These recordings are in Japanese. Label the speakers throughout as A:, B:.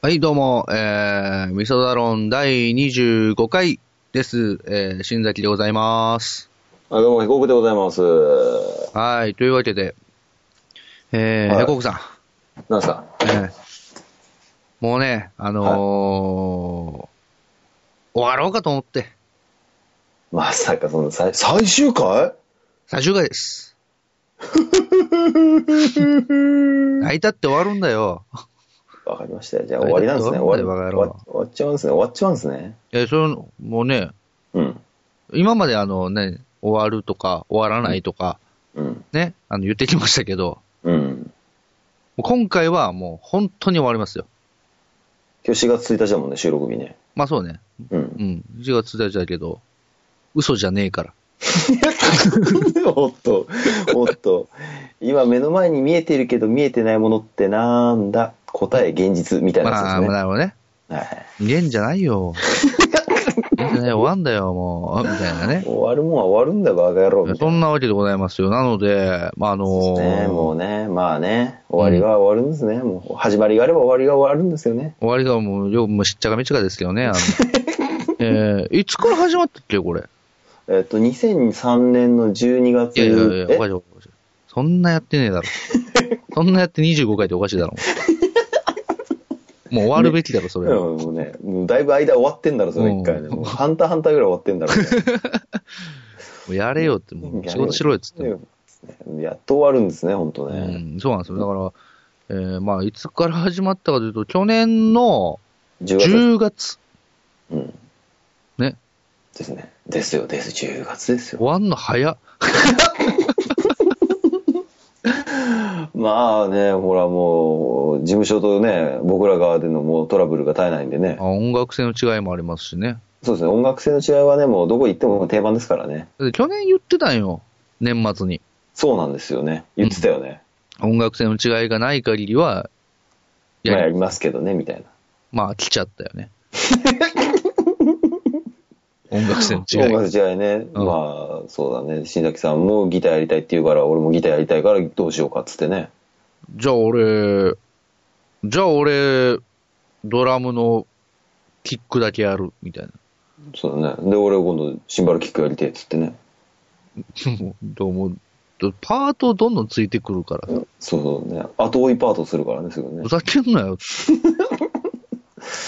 A: はい、どうも、えー、味噌ダロン第25回です。えー、新崎でございます。
B: あどうも、飛行でございます。
A: はい、というわけで、えー、
B: はい
A: ヘコクさん、
B: なんすか
A: えー、もうね、あのー終わろうかと思って、
B: まさか、その最、最終回
A: 最終回 です。泣いたって終わるんだよ。
B: わかりましたよ。じゃあ終わりなんです
A: は
B: ね。
A: い
B: 終
A: どう
B: わ
A: も
B: り終わ終わっちゃうんですね。終わっちゃうんですね。
A: えー、それ、もうね、
B: うん。
A: 今まであのね、終わるとか、終わらないとか、
B: うん。
A: ね、あの、言ってきましたけど、
B: うん。
A: もう今回はもう本当に終わりますよ。
B: 今日4月1日だもんね、収録日ね。
A: まあそうね。
B: う。
A: うんん。1月1日だけど、嘘じゃねえから。
B: おっと、おっと。今目の前に見えてるけど見えてないものってなんだ答え現実みたいなやつ
A: まあ、
B: ですね。
A: なるほどね。
B: はい。
A: 逃げんじゃないよ。逃げんじゃない終わんだよ、もう。みたいなね。
B: 終わるもんは終わるんだよ、バカ野郎みた
A: そ
B: いな。
A: んなわけでございますよ。なので、まあ、あのー
B: ね、もうね、まあね、終わりは終わるんですね。もう始まりがあれば終わりが終わるんですよね。
A: 終わりがもう、よもうしっちゃかめっちゃかですけどね。 あのえー、いつから始まったっけ、これ。
B: えっと、2003年の12月
A: いやいやいや、おかし
B: え
A: いおかしい。そんなやってねえ だろ。そんなやって25回っておかしいだろ。もう終わるべきだろ、それは。
B: うんもうね、もうだいぶ間終わってんだろ、それ一回ね。
A: うん
B: もう半ター半ターぐらい終わってんだろうね。
A: もうやれよって、も う仕事しろよっつって。
B: ねやっと終わるんですね、本当
A: う
B: ね。
A: ん、そうなんですよ。だから、えーまあ、いつから始まったかというと、去年の
B: 10月。
A: 10月、
B: うん。
A: ね、
B: ですね。ですよ、です。10月ですよ。
A: 終わんの早っ。
B: まあね、ほらもう、事務所とね、僕ら側でのもうトラブルが絶えないんでね
A: あ。音楽性の違いもありますしね。
B: そうですね、音楽性の違いはね、もうどこ行っても定番ですからね。
A: で去年言ってたんよ、年末に。
B: そうなんですよね。言ってたよね。
A: 音楽性の違いがない限りは、
B: まあや
A: やり
B: りますけどね、みたいな。
A: まあ、来ちゃったよね。音楽性の
B: 違
A: 違い。
B: う違いね、
A: うん
B: まあそうだね新崎さんもギターやりたいって言うから俺もギターやりたいからどうしようかっつってね
A: じゃあ俺、じゃあ俺、ドラムのキックだけやる、みたいな。
B: そうだねで俺今度シンバルキックやりてえっつってね
A: もうどうも、どパートどんどんついてくるからさ、
B: そうそうね後追いパートするからねすぐね
A: ふ、ざけんな よ。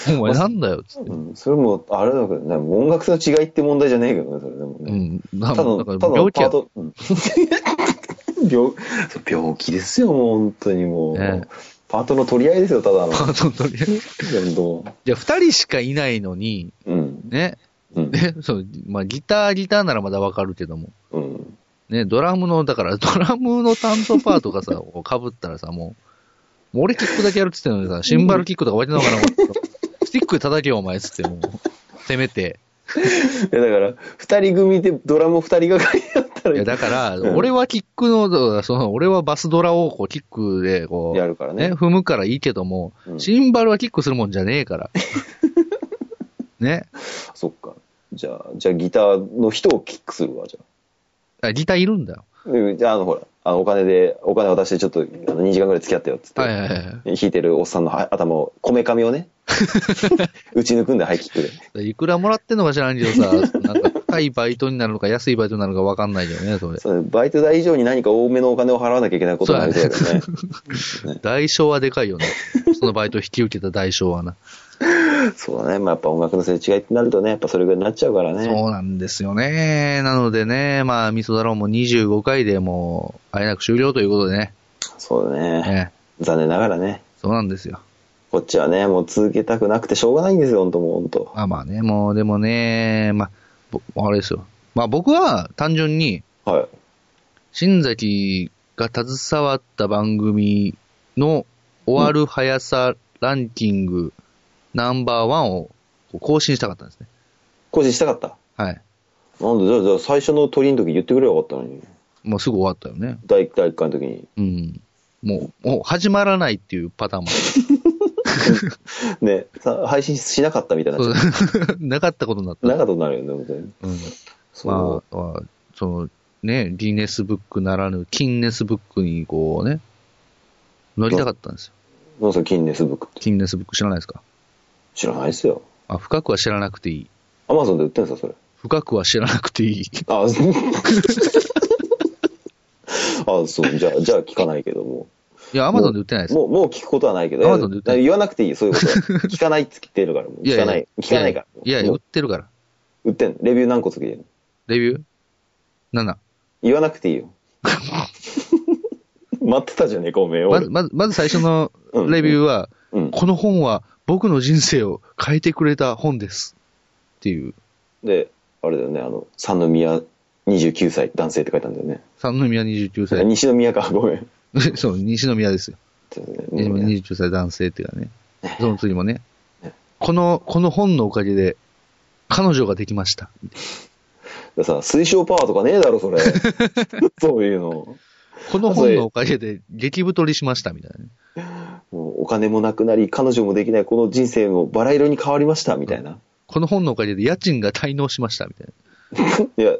A: お前なんだよ、つって。
B: うん、それもあれだけどね音楽の違いって問題じゃねえけどねそれでも
A: う
B: ね、
A: ん。な
B: ただの
A: んか
B: ただ
A: 病
B: の
A: 気
B: パ
A: や
B: ー。ト、うん 病病気ですよもう本当にもう、
A: ね
B: パートの取り合いですよ ただの
A: パートの時
B: 本当
A: じゃあ、二人しかいないのに、
B: うん
A: ね。
B: うん
A: ね、そう、まあ、ギター、ギターならまだわかるけども。
B: うん
A: ね、ドラムの、だから、ドラムの担当パートが さ、かぶったらさ、もう、もう俺キックだけやるっつってんのにさ、シンバルキックとかわけなのかな、 スティックで叩けよ、お前、つって、もう、せめて。
B: いやだから二人組でドラム二人がかりだったら
A: いや、だから、俺はキックの、だからその、俺はバスドラをこう、キックで、こう、
B: やるからね
A: ね、踏むからいいけども、
B: うん
A: シンバルはキックするもんじゃねえ から。ね。
B: そっか。じゃあ、じゃあギターの人をキックするわ、じゃ
A: あギターいるんだよ。
B: あ。でじゃあ、あの、ほら、あのお金で、お金渡してちょっと、あの、2時間ぐらい付き合ってよ、つって。
A: はいはいはい。
B: 弾いてるおっさんのは頭を、こめかみをね、 打ち抜くんだよ、ハイキックで。
A: いくらもらってんのか知らんけどさ、なんか高いバイトになるのか安いバイトになるのかわかんないけどね、それ。
B: それバイト代以上に何か多めのお金を払わなきゃいけないことになりそうだけ どね。
A: 代償はでかい よね。そのバイト引き受けた代償はな。
B: そうだね。まあ、やっぱ音楽のすれ違いってなるとね、やっぱそれぐらいになっちゃうからね。
A: そうなんですよね。なのでね、まあ、味噌だろうも25回でもう、あえなく終了ということでね。
B: そうだね。
A: ね
B: 残念ながらね。
A: そうなんですよ。
B: こっちはね、もう続けたくなくてしょうがないんですよ、ほんともう、ほんと。
A: まあまあね、もうでもね、まあ、ぼあれですよ。まあ僕は単純に、
B: はい。
A: 新崎が携わった番組の終わる速さランキングナンバーワンをこう更新したかったんですね。
B: 更新したかった。
A: はい。
B: なんで、じゃあ、じゃあ最初の鳥の時言ってくればよかったのに。
A: もうすぐ終わったよね。
B: 第第1回の時に。
A: うん。もう、もう始まらないっていうパターンも
B: ね、さ配信しなかったみたいな。
A: あるなかったことになった。
B: なかったことになるよね、本当に。
A: うん。
B: そ
A: まあ、まあその、ね、ギネスブックならぬ、キンネスブックにこうね、乗りたかったんですよ。
B: う。どうぞ、金ネスブックって。
A: キンネスブック知らないですか
B: 知らないですよ。
A: あ、深くは知らなくていい。
B: アマゾンで売ってんすか、それ。
A: 深くは知らなくていい。
B: あ、 そうあ、そう、じゃあ、じゃあ聞かないけども。
A: いや、アマゾンで売ってないです。
B: もう、もう聞くことはないけど。
A: Amazon で売ってない
B: 言わなくていいよ、そういうことは。聞かないって言ってるから、もう 聞かない。聞かないから。
A: いやいや、
B: も
A: 売
B: う
A: ってるから。
B: 売ってんの。レビュー何個つけてるの
A: レビュー ?7。
B: 言わなくていい よ。待ってたじゃねえか、おめえ。
A: ま
B: 俺
A: ず、まず、まず最初のレビューは、
B: うん。
A: この本は僕の人生を変えてくれた本です。っていう、
B: で、あれだよね、あの、三宮29歳男性って書いたんだよね。
A: 三宮29歳。
B: 西宮か、 ごめん。
A: そう、西宮ですよ。
B: そうだね
A: 西宮29歳男性っていうかね。その次もね。この、この本のおかげで、彼女ができました。
B: でさ、推奨パワーとかねえだろ、そ れ。そういうの。
A: この本のおかげで激太りしました、みたいなね。
B: もうお金もなくなり、彼女もできない、この人生もバラ色に変わりました、みたいな。
A: この本のおかげで家賃が滞納しました、みたいな。
B: いや、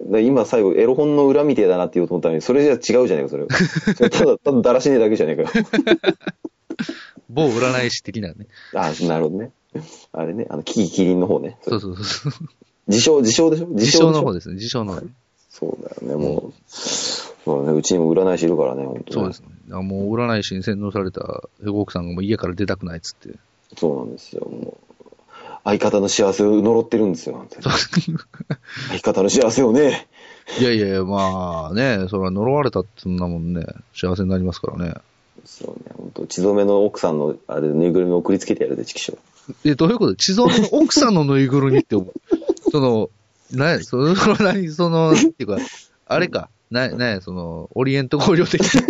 B: で今最後、エロ本の裏みてえだなって言おうと思ったのに、それじゃ違うじゃねえ か、それ。それただ、ただだらしねえだけじゃねえかよ。
A: 某占い師的なね。
B: あ、なるほどね。あれね、あの、キキキリンの方ね。
A: そうそうそう。
B: 自称、自称でしょ
A: 自
B: 自
A: 称
B: 称
A: の
B: の
A: 方
B: 方
A: ですね。自称の方。
B: そうだよね、もう。そうだね、うちにも占い師いるからね、本当
A: そうですね。あもう占い師に洗脳されたヘゴクさんがもう家から出たくないっつって。
B: そうなんですよ、もう。相方の幸せを呪ってるんですよ、なんて相方の幸せをね。
A: いやいやいや、まあね、それは呪われたってそんなもんね、幸せになりますからね。
B: そうね、本当血染めの奥さんの、あれ、ぬいぐるみ送りつけてやるで、チキショー。
A: え、どういうこと地蔵の奥さんのぬいぐるみって思う。 その、なや、その、その、何、その、っていうか、あれか、な、なや、その、オリエント交流的な。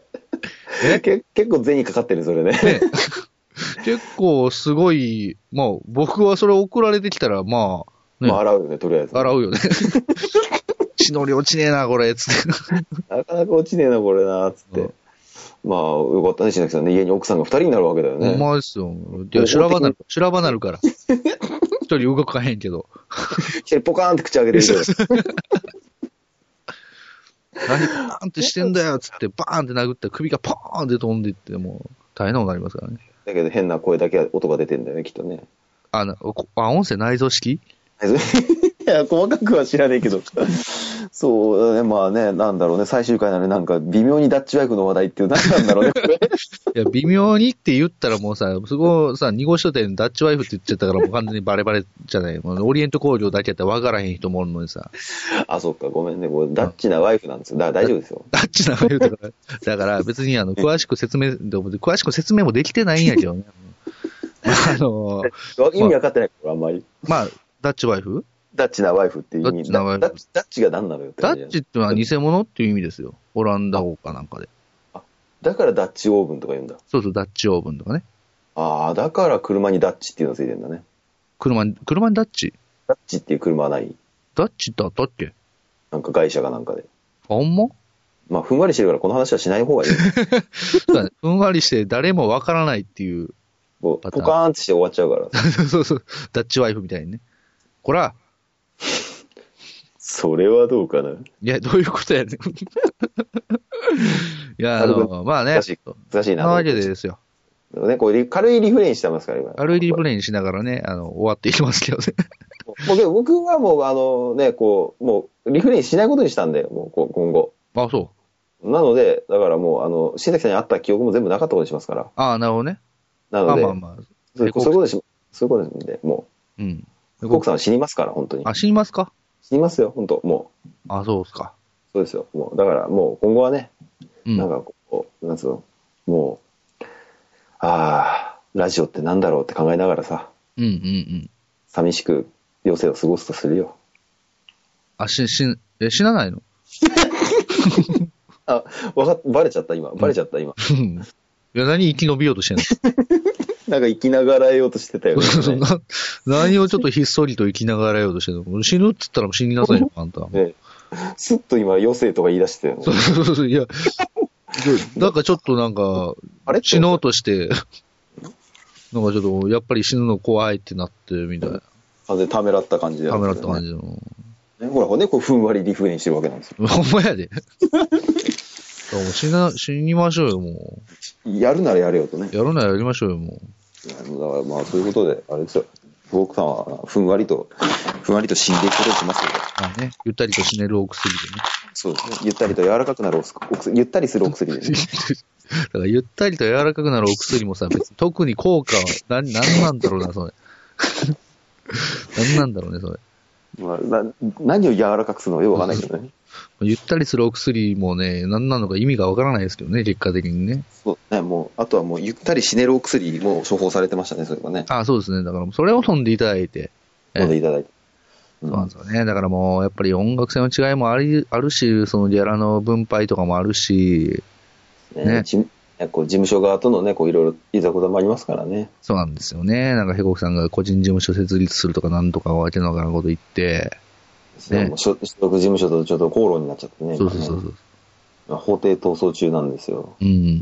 B: け結構銭かかってる、それね。
A: ね、 結構すごい、まあ、僕はそれ送られてきたら、まあ、ね、
B: まあ、洗うよね、とりあえず。な
A: 洗うよね。血のり落ちねえな、これ、つって。
B: かなか落ちねえな、これな、つって。
A: うん
B: まあ、よかったね、篠木さんね。家に奥さんが二人になるわけだよ
A: ほん
B: ね。
A: まですよ。いや、修羅場なる、修羅場なるから。一人動かへんけど。
B: 一人ポカーンって口開けてるけど。
A: 何バーンってしてんだよっつって、バーンって殴ったら首がポーンって飛んでいって、もう大変なことになりますからね。
B: だけど変な声だけは音が出てんだよね、きっとね。
A: あ、なこあ音声内蔵式
B: はいそれ いや、細かくは知らねえけど。そう、ね、まあね、なんだろうね、最終回なのになんか微妙にダッチワイフの話題っていう、何なんだ ろうね、これ
A: いや、微妙にって言ったらもうさ、すごいさ、濁しとったようにダッチワイフって言っちゃったからもう完全にバレバレじゃない。もうオリエント工業だけやったら分からへん人もおるのにさ、
B: あ、そっか、ごめんね、これダッチなワイフなんですよ。だから大丈夫ですよ。
A: ダッチなワイフだから、だから別にあの、詳しく説明、でも詳しく説明もできてないんやけどね。まああの、
B: 意味分かってないから、あんまり。
A: まあ、ダッチワイフ
B: ダッチなワイフっていう意
A: ダッ
B: 味
A: チなワイフ
B: ダッチダッチが何なのよって
A: ダ
B: 感じ
A: ッチってのは偽物っていう意味ですよ。オランダ語かなんかで。
B: だからダッチオーブンとか言うんだ。
A: そうそう、ダッチオーブンとかね。
B: ああ、だから車にダッチっていうのついてんだね。
A: 車に、車にダッチ
B: ダッチっていう車はない。
A: ダッチってあったっけ
B: なんか外車かなんかで。
A: あほんま
B: まあ、ふんわりしてるからこの話はしない 方がいい。
A: そうだねふんわりして誰もわからないっていう。
B: もう
A: パ
B: ポ
A: ターン
B: カーンってして終わっちゃうから。
A: そうそう。ダッチワイフみたいにね。こら、
B: それはどうかな。
A: いや、どういうことやねん。 いや、あ
B: 軽
A: の、まあね。
B: 難しい
A: そん。
B: 難しい
A: な
B: な。
A: わけでですよ。
B: ね、こうリ軽いリフレインしてますから、今。
A: 軽いリプレイにしながらね、あの、終わっていきますけどね。
B: もうけど僕はもう、あのね、こう、もう、リフレインしないことにしたんだよ、もう、こう今後。
A: あ、そう。
B: なので、だからもう、あの、新崎さんに会った記憶も全部なかったことにしますから。
A: ああ、なるほどね。
B: な
A: ま
B: の
A: あ
B: で、
A: まあまあ。
B: そういうそういうことにし、そういうことなんで、も
A: うん。
B: う、コックさんは死にますから、本当に。
A: あ、死にますか
B: 死にますよ、本当もう。
A: あ、そうっすか。
B: そうですよ。もう、だからもう、今後はね、
A: うん。
B: なんかこう、なんつうの、もう、ああ、ラジオってなんだろうって考えながらさ、
A: うんうんうん。
B: 寂しく余生を過ごすとするよ。
A: あ、し、し、え、死なないの
B: あ、わかっ、バレちゃった今、バレちゃった今。
A: うんいや、何生き延びようとしてんの
B: なんか生きながらえようとしてたよ ね。
A: そうな何をちょっとひっそりと生きながらようとしてるの 死ぬっつったら死になさいよ、あんた。
B: ねすっと今、余生とか言い出してたよね
A: そう。そう そうそう、いや、なんかちょっとなんか、
B: あれ
A: 死のうと して、なんかちょっと、やっぱり死ぬの怖いってなって、みたいな。
B: 完全にためらった感じで、
A: カメラって感じの。
B: ね。ほら、ほらね、こうふんわりリフレインしてるわけなんですよ。
A: ほんまやで。もう死な、死にましょうよ、も
B: やるならやれよとね
A: う。。やるならやりましょうよ、もう。
B: だからまあ、そういうことで、あれですよ。フォークさんは、ふんわりと、ふんわりと死んでいくことにしますけど。
A: まあね、ゆったりと死ねるお薬でね。
B: そうですね。ゆったりと柔らかくなるお薬、お薬ゆったりするお薬で、ね。
A: だから、ゆったりと柔らかくなるお薬もさ、別に特に効果は、な、なんなんだろうな、それ。 なんなんだろうね、それ。
B: まあ、な何を柔らかくするのかよくわかんないけどね。
A: ゆったりするお薬もね、何なのか意味がわからないですけどね、結果的にね。
B: そうね、もう、あとはもう、ゆったり死ねるお薬も処方されてましたね、それはね。
A: あそうですね。だから、それを飛んでいただいて。ええ
B: 飲んでいただいて。う
A: そ
B: ん
A: うなんですよね。だからもう、やっぱり音楽性の違いもあり、あるし、そのギャラの分配とかもあるし、ね
B: ねじねこう事務所側とのね、こういろいろいざこざもありますからね。
A: そうなんですよね。なんか、ヘコクさんが個人事務所設立するとかなんとかわけのわからんこと言って、ね
B: ねもう所所属事務所とちょっと口論になっちゃってね。
A: そうそうそう
B: 今ね
A: そう。
B: まあ法廷闘争中なんですよ。
A: うん。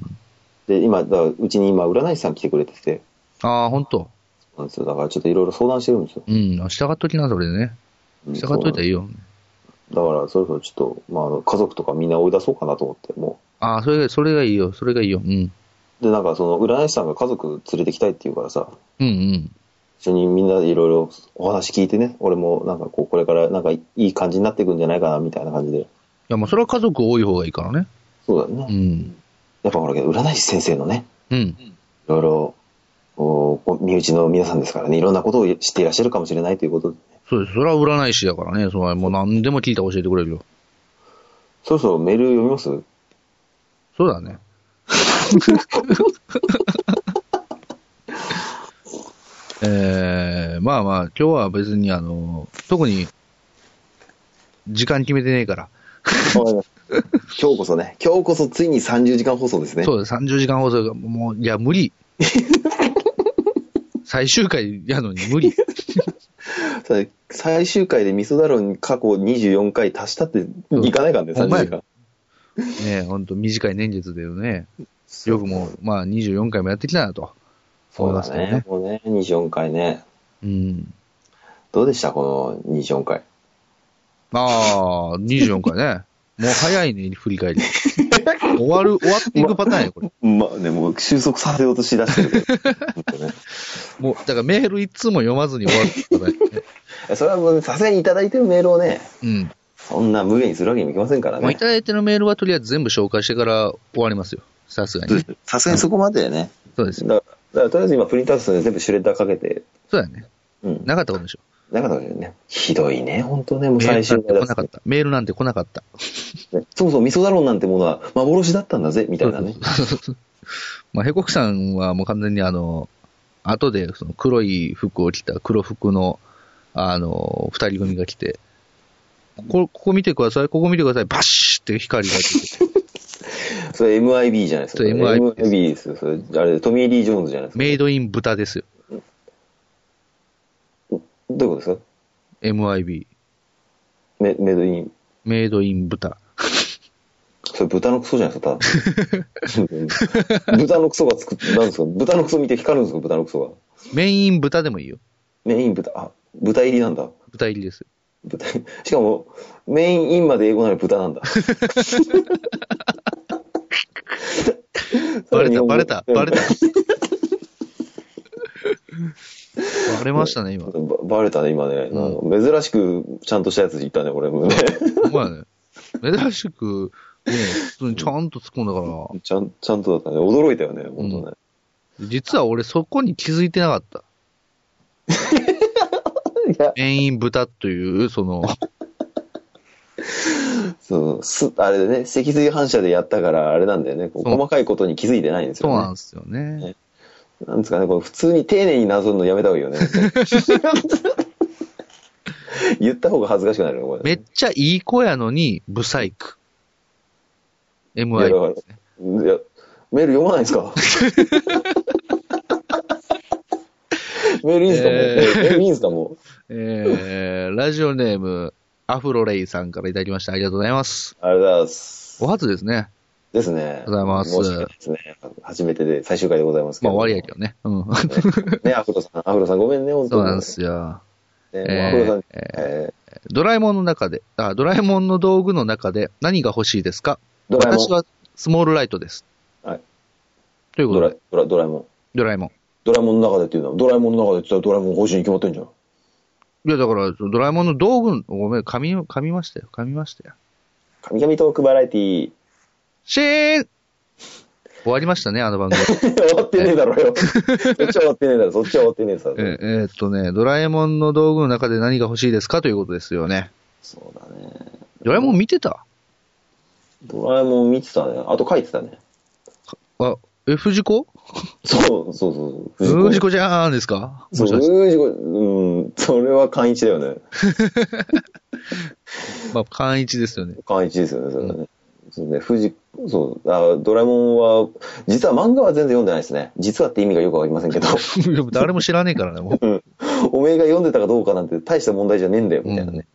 B: で、今、だからうちに今、占い師さん来てくれてて、
A: ああ、ほんと。
B: そうなんですよ。だからちょっといろいろ相談してるんですよ。
A: うん。あ従っときな、それでね。
B: うん
A: 従っといたらいいよ。
B: だから、そろそろちょっと、まああの、家族とかみんな追い出そうかなと思って、も
A: ああ、それが、それがいいよ。それがいいよ。うん。
B: う。で、なんか、その、占い師さんが家族連れてきたいって言うからさ、
A: うんうん。
B: 一緒にみんなでいろいろお話聞いてね、俺もなんかこう、これからなんかいい感じになっていくんじゃないかな、みたいな感じで。
A: いや、まあ、それは家族多い方がいいからね。
B: そうだよ
A: う
B: ね。
A: ん。
B: やっぱほら、占い師先生のね、
A: うん。
B: いろいろ、こう身内の皆さんですからね、いろんなことを知っていらっしゃるかもしれないということで、
A: そうです。それは占い師だからね。それはもう何でも聞いて教えてくれるよ。
B: そろそろメール読みます
A: そうだね。 えー、まあまあ、今日は別にあの、特に、時間決めてねえから。
B: 今日こそね、今日こそついに30時間放送ですね。
A: そうです。30時間放送が、もう、いや、無 理。最終回やのに 無理。
B: さ最終回でミソダロに過去24回足したっていかないかんね、
A: うん
B: 30時間。
A: ねえ、ほんと短い年月でね、よくもう、まあ24回もやってきたなと。
B: そう
A: 思います
B: だ
A: けど
B: ね
A: ね。
B: もうね、24回ね。
A: うん。
B: どうでしたこの24回。
A: ああ、24回 ね。もう早いね、振り返り。終わる、終わっていくパターンや、これ。
B: まあね、もう収束させようとしだしてるけど本当ね
A: もう、だからメール一通も読まずに終わるパターンやね。
B: それはもうさすがにいただいてるメールをね、
A: うん。
B: そんな無限にするわけにもいきませんから
A: まあ、い
B: ね。
A: ただいてのメールはとりあえず全部紹介してから終わりますよ。さすがにね。
B: さすがにそこまでね。
A: そうですよ。
B: だから、だからとりあえず今プリントアウトするんで全部シュレッダーかけて、
A: そうだね。
B: うん。
A: なかったことでしょ。
B: なかったけどね。ひどいね、本当ね、もう
A: メール
B: 最
A: なん
B: 終
A: て
B: 回
A: 来
B: だ
A: なかった。メールなんて来なかった。
B: ねそもそも味噌だろうなんてものは幻だったんだぜ、みたいなね。
A: まあ、ヘコクさんはもう完全にあの、後でその黒い服を着た黒服の、あの、二人組が来て、ここ、ここ見てください、ここ見てください、バシッって光が出て、
B: それ MIB じゃないです
A: そ
B: か。
A: れ MIB です
B: MIB ですよ。それ、あれ、トミー・リー・ジョーンズじゃないですか。
A: メイドイン豚ですよ。
B: どういうことですか
A: MIB。
B: メメイドイン。
A: メイドイン豚。
B: それ豚のクソじゃないですか、ただ。豚のクソが作って、なんですか豚のクソ見て光るんですか豚のクソが。
A: メイン豚でもいいよ。
B: メイン豚、あ、豚入りなんだ。
A: 豚入りです。
B: 豚 入りしかも、メインインまで英語なら豚なんだ。
A: バレた、バレた、バレた。バレました ね、今。
B: ばバレたね、今ね。
A: う
B: 珍しく、ちゃんとしたやつ言ったね、こ れもね。
A: お前ね、珍しく、ね、普通にちゃんと突っ込んだから、
B: ちゃん、ちゃんとだったね。驚いたよね、本当ね。
A: 実は俺そこに気づいてなかった。
B: いや、
A: メイン豚という、その、
B: そう、す、あれでね、脊髄反射でやったから、あれなんだよね。こう
A: そう
B: 細かいことに気づいてないんですよ
A: そう
B: ね。
A: なんですよね。
B: なんですかね、これ普通に丁寧になぞるのやめた方が いいよね。言った方が恥ずかしくなるよ、これ。
A: めっちゃいい子やのに、ブサイク。
B: いやだ
A: MI。
B: からいやメール読まないんです かメールいいんすかもう、
A: え
B: メールいいんすかもう。
A: えー、ラジオネーム、アフロレイさんからいただきました。ありがとうございます。
B: ありがとうございます
A: お。初ですね。
B: ですね。
A: ありがとうございます
B: 申し訳ないですね。初めてで最終回でございますけ
A: まあ
B: ど。
A: 終わりやけどね。 うん。
B: ね、アフロさん、アフロさんごめんね、本
A: そ
B: 当に。
A: うなんですよ。
B: ね、
A: えー
B: アフロさん、
A: え
B: えー
A: ドラえもんの中で、あ、ドラえもんの道具の中で何が欲しいですか
B: ドラえもん
A: 私はスモールライトです。
B: はい。
A: というこ
B: ド
A: と
B: ラ
A: で、
B: ドラドラえもん。
A: ドラえもん。
B: ドラえもんの中でっていうのは、ドラえもんの中でって言ったらドラえもん欲しいに決まってんじゃん。
A: いや、だから、ドラえもんの道具、ごめん、噛み、噛みましたよ。噛みましたよ。
B: 神々トークバラエティー。
A: シーン終わりましたね、あの番組。
B: 終わってねえだろよ。そっちは終わってねえだろ。そっちは終わってねえさ。
A: ええーっとね、ドラえもんの道具の中で何が欲しいですかということですよね。
B: そうだね。
A: ドラえもん見てた
B: ドラえもん見てたね。あと書いてたね。
A: あ、え、藤子
B: そうそうそう。
A: 藤
B: 子。
A: 子ちゃんですか
B: そう、
A: もしかして
B: 藤子。うん、それは寛一だよね。
A: まあ、寛一ですよね。
B: 寛一ですよね、それはね。そうね、藤子、そう、あドラえもんは、実は漫画は全然読んでないですね。実はって意味がよくわかりません けど、
A: 誰も知らねえからね、もう。
B: おめえが読んでたかどうかなんて大した問題じゃねえんだよ、みたいなね。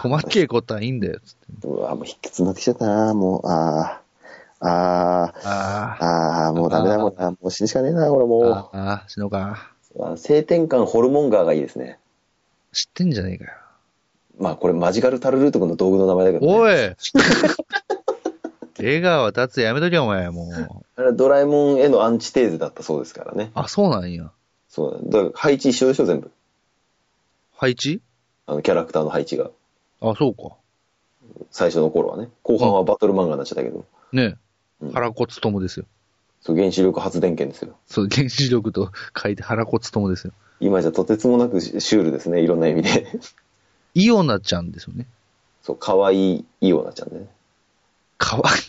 A: 細けえことはいいんだよ、つって。
B: うわ、もう卑屈になってきちゃったな、もう、ああ、ああ、
A: ああ、
B: ああ、もうダメだ、もう、あーもう死ぬしかねえな、これも
A: ああ、死のうか。
B: う。あ性転換ホルモンガーがいいですね。
A: 知ってんじゃねえかよ。
B: まあ、これマジカルタルルート君の道具の名前だけど、ね。
A: お い出川達也やめとけ、お前、もう。
B: あれはドラえもんへのアンチテーゼだったそうですからね。
A: あ、そうなんや。
B: そうだ。だから配置一緒でしょ、全部。
A: 配置
B: あの、キャラクターの配置が。
A: あ、そうか。
B: 最初の頃はね。後半はバトル漫画になっちゃったけど。
A: ね
B: うん
A: え。原子つともですよ。
B: そう、原子力発電権ですよ。
A: そう、原子力と書いて原子つともですよ。
B: 今じゃとてつもなくシュールですね、いろんな意味で。
A: イオナちゃんですよね。
B: そう、可愛いイオナちゃんでね。
A: かわいい。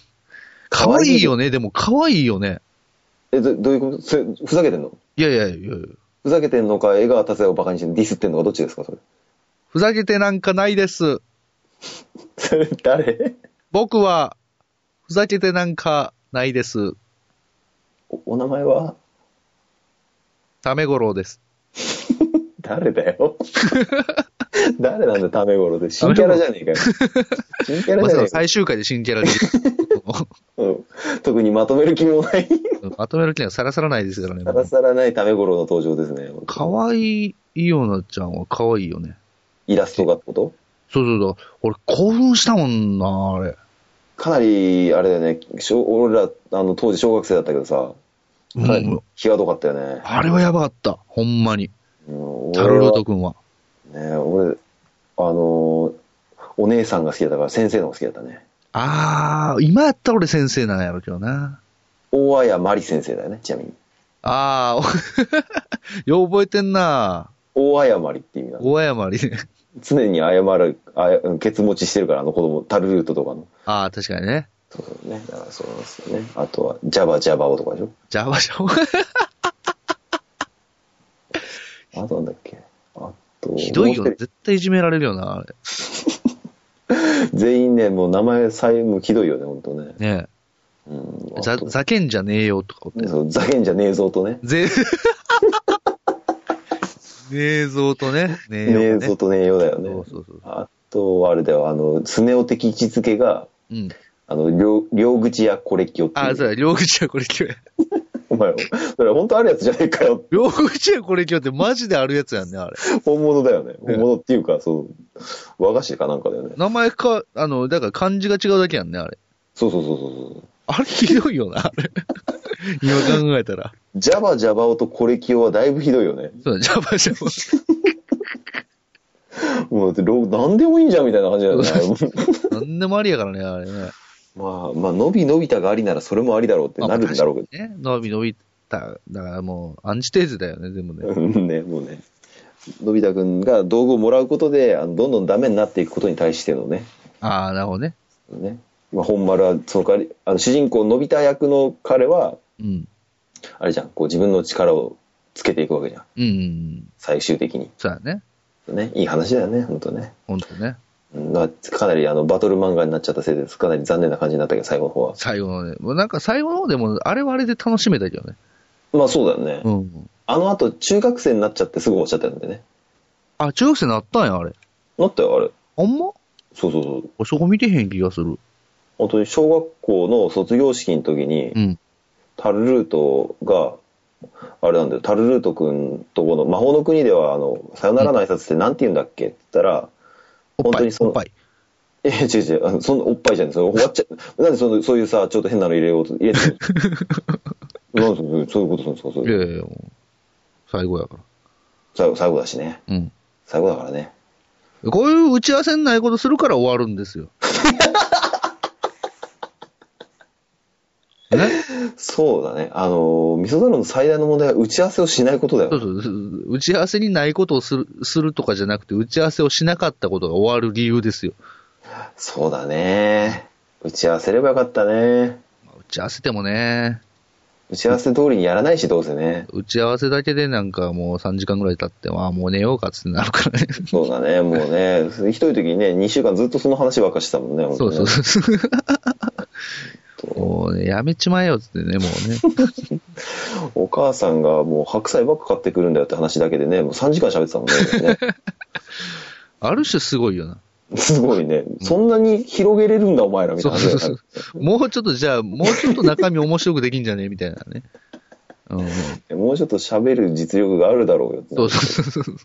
A: かわいいよね。でも、かわいいよね。
B: え、どどういうことそれふざけてんの
A: いやいやいやいや
B: ふざけてんのか、江川達也をバカにしてディスってんのか、どっちですか、それ。
A: ふざけてなんかないです。
B: それ、 誰
A: 僕は、ふざけてなんかないです。
B: おお名前は
A: ためごろうです。
B: 誰だよ 誰なんだ、タメ頃で。新キャラじゃねえかよ。新キ
A: まあそ
B: ャラじゃね
A: の
B: えかよ
A: 最終回で新キャラで。
B: うん。特にまとめる気 もない。
A: まとめる気にはさらさらないですからね。
B: さらさらないタメ頃の登場ですね。
A: かわいいイオナちゃんはかわいいよね。
B: イラストがってこと
A: そうそうそう。俺興奮したもんな、あれ。
B: かなり、あれだよね、小俺ら、あの、当時小学生だったけどさ、かなり
A: うん
B: 気がどかったよね。
A: あれはやばかった。ほんまに。
B: うん
A: タルルー
B: 俺
A: ト君は。
B: はね、俺、あの、お姉さんが好きだったから先生の方が好きだったね。
A: あー、今やったら俺先生なんやろうけどな。
B: 大綾まり先生だよね、ちなみに。
A: あー、 よう覚えてんな。
B: 大綾まりっていう意味なの。
A: 大山りね。
B: 常に謝る、あやケツ持ちしてるから、あの子供、タルルートとかの。
A: あー、確かにね。
B: そうそうね。だからそうなんですよね。あとは、ジャバジャバオとかでし
A: ジャバジャ バ。
B: ょあとなんだっけあと、
A: ひどいよ
B: も
A: ね。
B: う一人
A: 絶対いじめられるよな、あれ。
B: 全員ね、もう名前さえもひどいよね、本当ね。
A: ね
B: う
A: え。。
B: んあ
A: ざ、
B: と
A: ざけんじゃねえよ、とか思って。
B: そう、ざけんじゃねえぞとね。
A: ぜ、 ねえぞうとね。ねえ
B: ね
A: よ
B: え
A: うね。
B: ぞとねえよだよね。
A: そうそうそう。
B: あとはあれだよ、あの、スネ夫的位置づけが、
A: うん。
B: あの、両両口やコレッキオっていう。
A: あ、そうだ、両口はこれ今日。
B: お前、それ本当あるやつじゃねえかよ。
A: 両口はこれ今日ってマジであるやつやんね、あれ。
B: 本物だよね。
A: ん
B: 本物っていうか、そう、和菓子かなんかだよね。
A: 名前か、あの、だから漢字が違うだけやんね、あれ。
B: そうそうそうそうそう。
A: あれひどいよな、あれ。 今考えたら。
B: ジャバジャバオとコレキオはだいぶひどいよね。
A: そうだ、ジャバジャバ。
B: もうだってろ、なんでもいいんじゃんみたいな感じだよね。
A: なんでもありやからね、あれね。
B: まあ、まあ、伸び伸びたがありならそれもありだろうってなるんだろうけど。
A: ね。伸び伸びた。だからもう、アンチテーゼだよね、でもね。
B: うん ね、もうね。のび太くんが道具をもらうことで、あのどんどんダメになっていくことに対してのね。
A: ああ、なるほどね。
B: ねまあ、本丸は、その代わり、あの主人公のび太役の彼は、
A: うん。
B: あれじゃん、こう自分の力をつけていくわけじゃん。
A: うん。
B: 最終的に。
A: そうだね。
B: ね、いい話だよね、本当ね。
A: ほんとね。
B: うんまあかなりあのバトル漫画になっちゃったせいです。かなり残念な感じになったけど、最後の方は。
A: 最後のね。もうなんか最後の方でも、あれはあれで楽しめたけどね。
B: まあそうだよね。
A: うん。
B: あの後、中学生になっちゃってすぐ終わっちゃったんでね。
A: あ、中学生なったんや、あれ。
B: なったよ、あれ。
A: あんま
B: そうそうそう。
A: 俺そこ見てへん気がする。
B: 本当に小学校の卒業式の時に、
A: うん。
B: タルルートが、あれなんだよ、タルルートくんとこの、魔法の国では、あの、さよならの挨拶ってなんて言うんだっけって言ったら、
A: おっ
B: 本
A: ぱ
B: 当
A: い
B: に、そ
A: お
B: の
A: っぱい。
B: え、違う違う、あのそんなおっぱいじゃない、その終わっちゃう。なんでその、そういうさ、ちょっと変なの入れようと、入れて なんでそうそういうことするんですか、そ
A: いや
B: れ。
A: いやいや、もう最後やから。
B: 最後、最後だしね。
A: うん。
B: 最後だからね。
A: こういう打ち合わせんないことするから終わるんですよ。 ね、
B: そうだね。あの、味噌だろの最大の問題は打ち合わせをしないことだ
A: そう
B: よ。
A: そうそう打ち合わせにないことをするするとかじゃなくて、打ち合わせをしなかったことが終わる理由ですよ。
B: そうだね。打ち合わせればよかったね。
A: まあ打ち合わせてもね、
B: 打ち合わせ通りにやらないし、どうせね。
A: 打ち合わせだけでなんかもう3時間ぐらい経って、まあもう寝ようかっつってなるから ね。
B: そうだね、もうね。 ひどい時にね、2週間ずっとその話ばっかしてたもんね、本
A: そ
B: 当
A: う
B: ね
A: そうそう。 もうね、やめちまえよっつってね、もうね。
B: お母さんがもう白菜ばっか買ってくるんだよって話だけでね、もう3時間喋ってたもんね今
A: ある種すごいよな。
B: ね。すごいね。そんなに広げれるんだお前らみた
A: そ
B: いうな
A: そう
B: 話
A: そ
B: だ
A: う
B: よ。
A: もうちょっとじゃあ、もうちょっと中身面白くできんじゃねみたいなね。うん。
B: もうちょっと喋る実力があるだろうよって。
A: そうそうそうそう。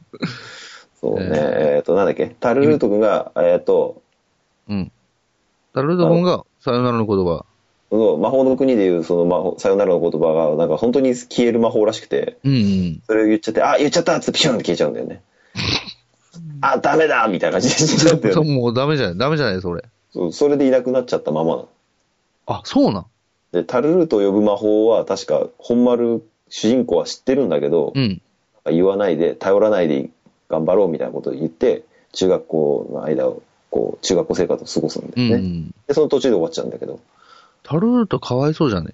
B: そうね。
A: え
B: えっと、なんだっけタルルート君が、えっと、
A: うん。タルルド君が、さよならの言葉。
B: その魔法の国でいうその魔法、さよならの言葉が、なんか本当に消える魔法らしくて、
A: うんうん。
B: それを言っちゃって、あ、言っちゃったっつってピシュンって消えちゃうんだよね。あ、ダメだみたいな感じ で死んじゃって、
A: そうもうダメじゃない、ダメじゃない、それ。
B: そうそれでいなくなっちゃったままなの。
A: あ、そうなん。
B: で、タルルと呼ぶ魔法は確か本丸主人公は知ってるんだけど、
A: うん。
B: 言わないで頼らないで頑張ろうみたいなことを言って中学校の間をこう中学校生活を過ごすん
A: う
B: だ
A: ん、
B: よね、
A: うん。
B: でその途中で終わっちゃうんだけど
A: タルルドかわいそうじゃね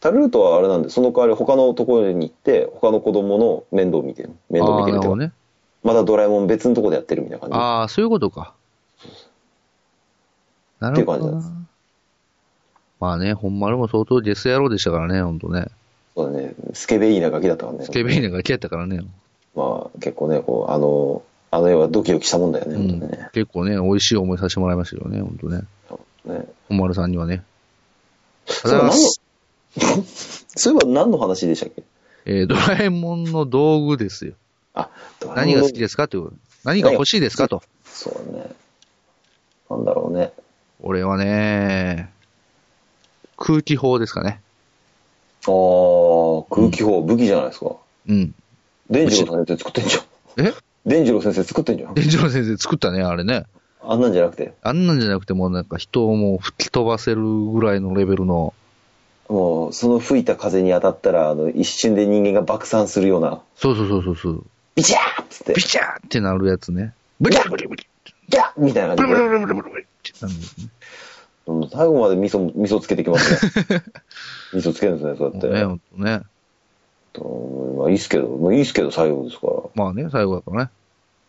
B: タルルとはあれなんでその代わり他のところに行って他の子供の面倒を見てる面倒を
A: あ
B: 見
A: あー、な
B: てる
A: る
B: っ
A: ほ
B: て
A: どね。
B: か、またドラえもん別のとこでやってるみたいな感
A: ああ、そういうことか。なるほ
B: って
A: ど
B: いう感じ
A: な。まあね、ほんまるも相当ゲス野郎でしたからね、ほんとね。
B: じそうだねスケベいいなガキだったからね
A: スケベイネが嫌やったからね。
B: まあ結構ねこうあのあの絵はドキドキしたもんだよね,、
A: う
B: 本
A: ん
B: 当にね。
A: 結構ね、美味しい思いさせてもらいましたよね、ほんとね。
B: ね
A: ほんまるさんにはね。
B: そういえば何のそういえば何の 話でしたっけ
A: えードラえもんの道具ですよ。
B: あドラえも
A: 何
B: ん
A: が好きですかということ。何が欲しいですかと。
B: そうね。なんだろうね。
A: 俺はね、空気砲ですかね。
B: あー、空気砲、武器じゃないですか。
A: うん。
B: 伝次郎先生作ってんじゃん。
A: え
B: 伝次郎先生作ってんじゃん。
A: 伝次郎先生作ったね、あれね。
B: あんなんじゃなくて。
A: あんなんじゃなくてもうなんか人をもう吹き飛ばせるぐらいのレベルの。
B: もう、その吹いた風に当たったら、あの、一瞬で人間が爆散するような、
A: そうそうそうそうそう。
B: ビチャーっつって
A: ビ、チャーってなるやつね。ブチャーブリブリ
B: ギャーみたいな
A: ブリ
B: 感じ
A: ブ
B: で
A: リブリブリブリブリってなるんですね。
B: うん。最後まで味噌、味噌つけてきますね。味噌つけるんですね、そうやって。
A: ね、ほんとね。
B: うんまあ、いいっすけど、まあ、いいっすけど、最後ですか
A: まあね、最後だからね。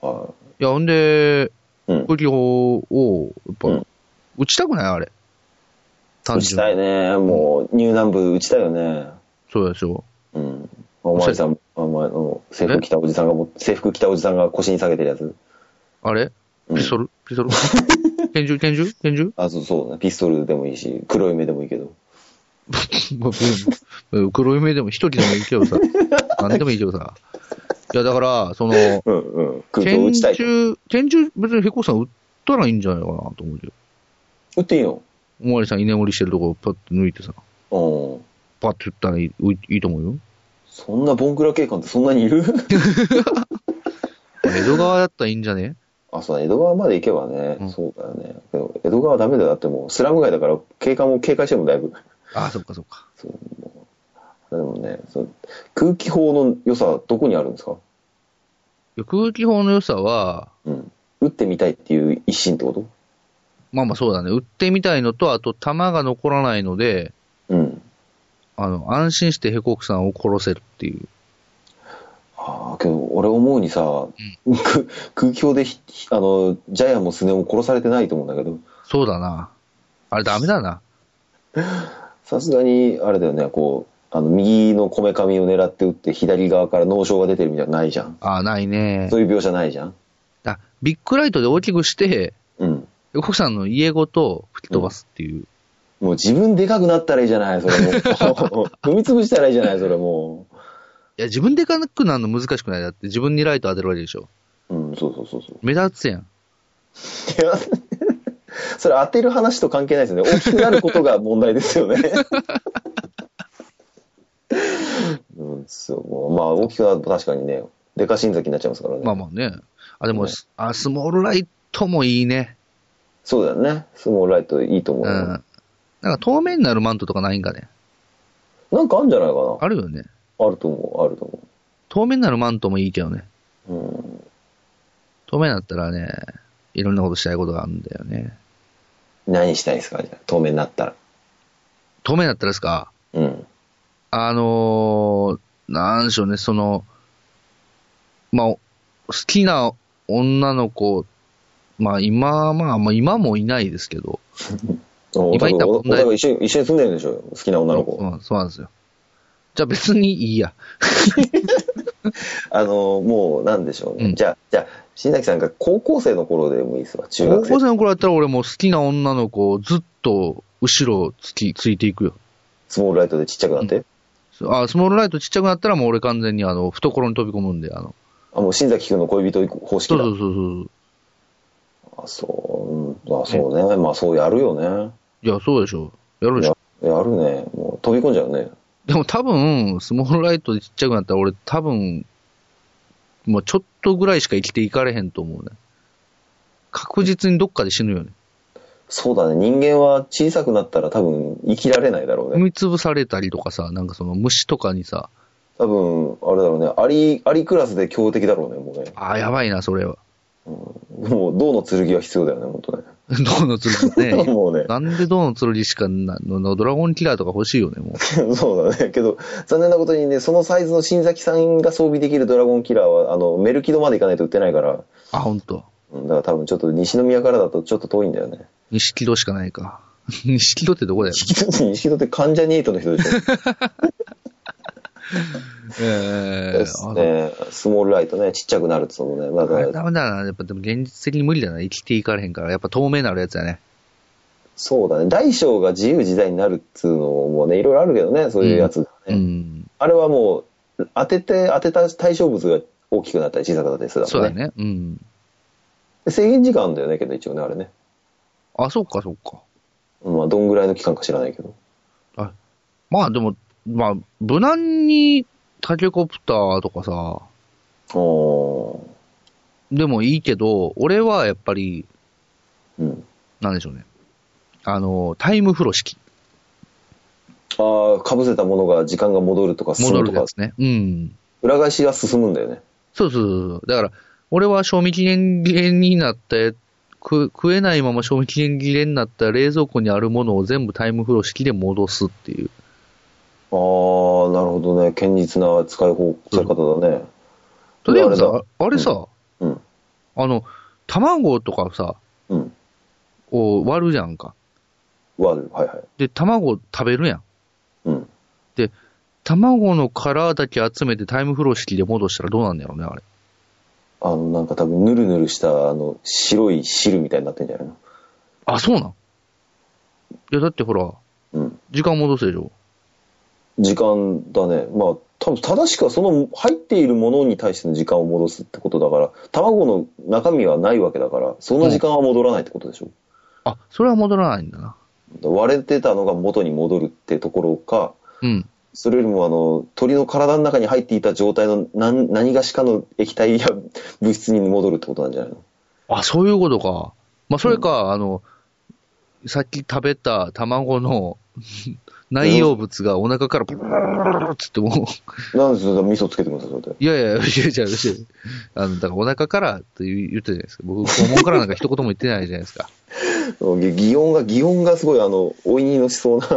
B: ら。はい
A: や、ほんで、
B: い。うん。
A: 空気砲を、やっぱ、
B: うん
A: 打ちたくないあれ。単
B: 打ち
A: 純
B: た
A: に
B: いね。もう、ニューナンブ打ちたいよね。
A: そうでしょ。
B: うん。お前さん、お前の制服着たおじさんがも、制服着たおじさんが腰に下げてるやつ。
A: あれ
B: うん
A: ピストル、ピストル拳銃拳銃拳銃
B: あ、そうそうだ、ピストルでもいいし、黒い目でもいいけど。
A: まあうんうん黒い目でも一人でもいいけどさ。何でもいいけどさ。いや、だから、その、
B: うんうん。空気を
A: 拳
B: 打ちたいと。
A: 銃、拳銃別にヘコさん撃ったらいいんじゃないかなと思うけど。
B: 打っていいの
A: おまわりさん居眠りしてるとこパッと抜いてさ、
B: うん。
A: パッと撃ったらいいおいいいと思うよ。
B: そんなボンクラ警官ってそんなにいる
A: 江戸川だったらいいんじゃね
B: あ、そうだ、江戸川まで行けばね、
A: うん
B: そうだよね。でも江戸川はダメだよ。だってもう、スラム街だから、警官も警戒してもだいぶ。
A: あ あ、そっかそっか。
B: でもね、そう空気砲の良さはどこにあるんですか
A: いや空気砲の良さは、
B: うん。打ってみたいっていう一心ってこと
A: まあまあそうだね。撃ってみたいのと、あと弾が残らないので、
B: うん。
A: あの、安心してヘコクさんを殺せるっていう。
B: ああ、けど俺思うにさ、 く空気砲でひひあのジャイアンもスネ夫も殺されてないと思うんだけど、
A: そうだな。あれダメだな。
B: さすがにあれだよね、こう、あの右のこめかみを狙って撃って、左側から脳症が出てるみたいなのないじゃん。
A: ああ、ないね
B: そ。ういう描写ないじゃん。
A: あ、ビッグライトで大きくして、
B: うん。
A: ヘコクさんの家ごと吹き飛ばすっていう。
B: もう自分でかくなったらいいじゃない、そ れもう。踏み潰したらいいじゃない、それも
A: いや、自分でかなくなるの難しくないだって、自分にライト当てるわけでしょ。
B: う。うん、そうそうそうそう。
A: 目立つやん。
B: いや それ当てる話と関係ないですよね。大きくなることが問題ですよね。 うん、そう。もうまあ、大きくなると確かにね、デカ新崎になっちゃいますからね。
A: まあまあね。あ、でも、
B: ね
A: あ、スモールライトもいいね。
B: そうだよね。スモールライトいいと思
A: う
B: う。
A: ん。なんか透明になるマントとかないんかね。
B: なんかあるんじゃないかな。
A: あるよね。
B: あると思う、あると思
A: 透明になるマントもいいけどね。
B: う。うん。
A: 透明になったらね、いろんなことしたいことがあるんだよね。
B: 何したいですかじゃあ、透明になったら。
A: 透明になったらですか
B: うん。
A: あのー、なんでしょうね、その、まあ、お好きな女の子、まあ今、まあまあ今もいないですけど、
B: お
A: 今言った
B: お
A: 問題
B: 互い一緒に一緒に住んでるんでしょ好きな女の
A: そう
B: 子。
A: なんそうなんですよ。じゃあ別にいいや。
B: あの、もう、なんでしょうね。
A: うん
B: じゃあ、じゃあ、新崎さんが高校生の頃でもいいですわ。中
A: 高
B: 学生
A: 校。生の頃だったら俺もう好きな女の子をずっと後ろつき、ついていくよ。
B: スモールライトでちっちゃくなって。
A: あ、スモールライトちっちゃくなったらもう俺完全にあの、懐に飛び込むんで、あの、
B: あ、もう新崎君の恋人
A: そ
B: 方式
A: う
B: だ。
A: そうそうそう。
B: あ、そう。うん、あ、そうね。まあ、そうやるよね。
A: いや、そうでしょ。やるでしょ
B: や。やるね。もう飛び込んじゃうね。
A: でも多分、スモールライトでちっちゃくなったら俺多分、もうちょっとぐらいしか生きていかれへんと思うね。確実にどっかで死ぬよね。
B: そうだね。人間は小さくなったら多分生きられないだろう
A: 踏
B: ね。
A: み潰されたりとかさ、なんかその虫とかにさ、
B: 多分、あれだろうね。アリ、アリクラスで強敵だろうね、もうね。
A: ああ、やばいな、それは。
B: もう、銅の剣は必要だよね、本当ね。
A: 銅の剣 ね。
B: もうね。
A: なんで銅の剣しかなののドラゴンキラーとか欲しいよね、もう。
B: そうだね。けど、残念なことにね、そのサイズの新崎さんが装備できるドラゴンキラーは、あの、メルキドまで行かないと売ってないから、
A: あ、ほんと。
B: うん、だから多分ちょっと西宮からだとちょっと遠いんだよね。
A: 錦戸しかないか。 錦戸ってどこだよ。
B: 西戸って関ジャニエイトの人でし ょ。
A: ええあ
B: ね、スモールライトね、ちっちゃくなるっつうのもね。まあだ
A: あれ
B: から
A: ダメだな。やっぱでも現実的に無理だな。生きていかれへんから。やっぱ透明なるやつだね。
B: そうだね。大小が自由自在になるっつうのもね、いろいろあるけどね、そういうやつが
A: う
B: ね。
A: ん。
B: あれはもう、当てて、当てた対象物が大きくなったり小さくなったりするだ
A: そ
B: ろ
A: う
B: う
A: だ
B: ね。
A: ね。うん。
B: 制限時間あるんだよね、けど一応ね、あれね。
A: あ、そっかそっか。
B: まあ、どんぐらいの期間か知らないけど。
A: まあでも、まあ、無難にタケコプターとかさ、
B: おー
A: でもいいけど、俺はやっぱり、
B: うん。
A: なんでしょうね。あの、タイム風呂式。
B: ああ、かぶせたものが時間が戻るとか進
A: 戻
B: む
A: る
B: と
A: や
B: か、
A: つね。うん。
B: 裏返しが進むんだよね。
A: そうそうそうそう。だから、俺は賞味期限切れになって、食食えないまま賞味期限切れになった冷蔵庫にあるものを全部タイム風呂式で戻すっていう。
B: ああ、なるほどね。堅実な使い方、使い方だね。
A: とりあえず
B: あれ
A: さ、あれさ、
B: うん。
A: あの、卵とかさ、
B: うん。
A: を割るじゃんか。
B: わる。はいはい。
A: で、卵食べるやん。
B: うん。
A: 卵の殻だけ集めてタイム風呂式で戻したらどうなんだろうね、あれ。
B: あの、なんか多分、ぬるぬるした、あの、白い汁みたいになってんじゃないの
A: あ、そうなんいや、だってほら、
B: うん。
A: 時間戻すでしょ。
B: 時間だね。まあ、多分正しくはその入っているものに対しての時間を戻すってことだから、卵の中身はないわけだから、その時間は戻らないってことでしょ。
A: あ、それは戻らないんだな。
B: 割れてたのが元に戻るってところか、
A: うん。
B: それよりもあの鳥の体の中に入っていた状態の何何がし かの液体や物質に戻るってことなんじゃないの
A: あ、そういうことか。まあ、それか、あの、さっき食べた卵の内容物がお腹からブルルルルルルっつってもう、
B: なんでそれ味噌つけてくださいそれで
A: いやいや、いやいやいやあの、だからお腹からって言ってたじゃないですか。僕、肛門からなんか一言も言ってないじゃないですか。
B: ぎ擬音が擬音がすごいあのおいにのしそうな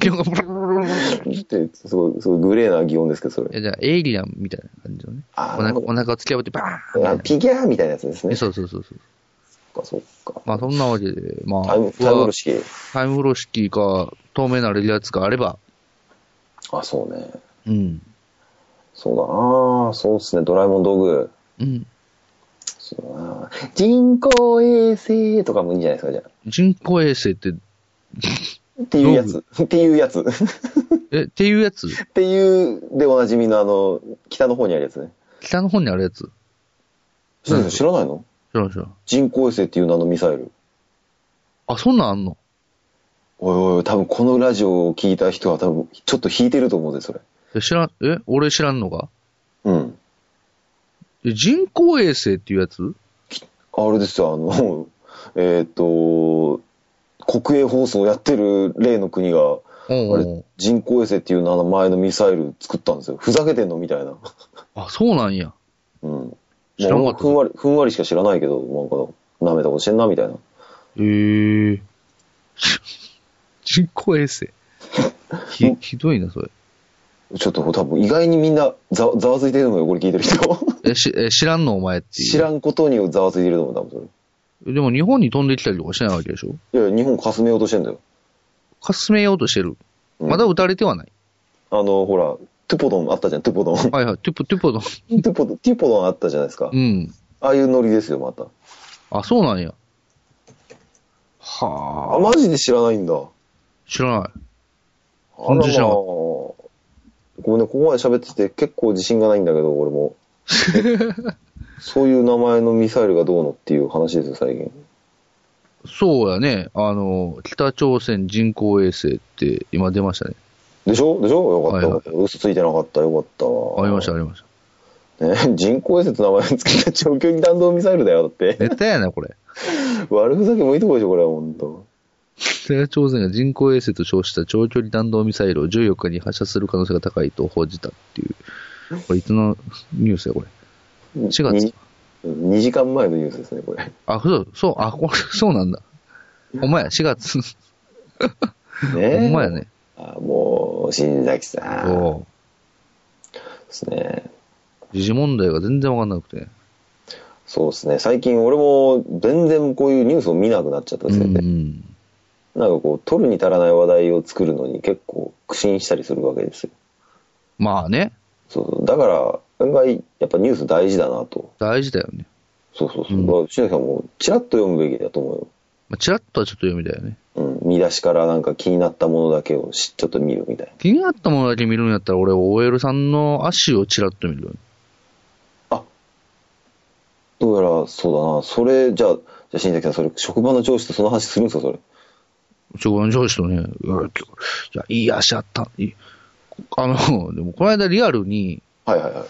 A: 基本がブルルルルルル
B: ってすごいすごいグレーな擬音ですけどそ
A: い
B: れ
A: やじゃあ、エイリアンみたいな感じのね。
B: あ
A: お腹
B: なるほ
A: お腹を突き破ってバーン
B: どあピギャーみたいなやつですね
A: え
B: そ
A: そうそうそうそう。
B: っかそっか
A: まあ、そんなわけで、まあ、
B: タイム
A: 僕
B: タイム
A: は
B: ロー式
A: タイムフロシティか、透明なるやつがあれば、
B: あそうね
A: うん。
B: そうだなあそうっすねドラえもん道具
A: うん。
B: そうだな人工衛星とかもいいんじゃないですかじゃあ
A: 人工衛星って、
B: っていうやつっていうやつ
A: え、っていうやつ
B: っていうでおなじみのあの北の方にあるやつね
A: 北の方にあるやつ
B: 知らないの
A: 知らん知らん。
B: 人工衛星っていう名のミサイル
A: あ、そんなんあんの
B: おいおい、多分このラジオを聞いた人は多分ちょっと引いてると思うで、それ。
A: え知らん、え俺知らんのが
B: うん。
A: え人工衛星っていうやつ
B: あれですよ、あの、 えーっ、と、国営放送やってる例の国が、
A: うん
B: あ
A: う
B: れ
A: ん。、
B: 人工衛星っていう名前のミサイル作ったんですよ。ふざけてんのみたいな。
A: あ、そうなんや。
B: うん。もう
A: 知らんか
B: 俺
A: っ
B: も
A: た
B: ふんわり、ふんわりしか知らないけど、なんか、舐めたことしてんな、みたいな。
A: へえ人工衛星。ひ、ひどいな、それ。
B: ちょっと多分意外にみんなざざわついてるのよ、これ聞いてる人。
A: え、し、え、知らんのお前っていう。
B: 知らんことにざわついてると思う、多分
A: ん。でも日本に飛んできたりとかしないわけでしょ
B: それ。いやいや、日本かすめようとしてんだよ。
A: かすめようとしてる。
B: うん
A: まだ撃たれてはない。
B: あの、ほら、トゥポドンあったじゃん、トゥポドン。ト
A: はいはい。トゥポ、トゥポの。
B: ゥポドン、ティポドンあったじゃないですか
A: う。ん。
B: ああいうノリですよ、また。
A: あ、そうなんや。
B: あ、
A: はあ。
B: マジで知らないんだ。あ
A: 知らない。
B: ら
A: 本
B: ま
A: 当
B: あ
A: に知らなかった
B: ごめんね、ここまで喋ってて結構自信がないんだけど、俺も。 そういう名前のミサイルがどうのっていう話ですよ、最近。
A: そうやね。あの、北朝鮮人工衛星って今出ましたね。
B: でしょでしょよかった、よかった。嘘ついてなかった、よかったわ。
A: ありました、ありまし
B: ね、人工衛星って名前つけた長距離弾道ミサイルだよ、だって
A: た。。絶対やな、これ。
B: 悪ふざけもいいとこでしょ、これは、ほんと。
A: 北朝鮮が人工衛星と称した長距離弾道ミサイルを14日に発射する可能性が高いと報じたっていう。これいつのニュースや、これ。
B: 4
A: 4月
B: 2。2時間前のニュースですね、これ。
A: あ、そう、そう、あ、これ、 そうなんだ。ほんまや、4月。
B: ね
A: ほんまやね。
B: あもう、新崎さん。で
A: そう。
B: すね。
A: 時事問題が全然わかんなくて。
B: そうですね。最近俺も全然こういうニュースを見なくなっちゃった
A: う
B: せいで、
A: ん。
B: なんかこう、取るに足らない話題を作るのに結構苦心したりするわけですよ。
A: まあね、
B: そうそう。だから、案外、やっぱニュース大事だなと。
A: 大事だよね。
B: そうそうそう。
A: うん
B: だから新崎さんも、ちらっと読むべきだと思うよ。
A: まあ、チラッとはちょっと読みだよね。
B: うん、見出しからなんか気になったものだけをしちょっと見るみたいな。
A: 気になったものだけ見るんやったら、俺、OL さんの足をチラッと見るよね。
B: どうやらそうだな。それ、じゃあ、じゃあ新崎さん、それ、職場の上司とその話するんですか、それ。
A: 職場の上司とね、うわ今日いや、いい足あった。いいあの、 でも、この間リアルに、
B: はいはいはい。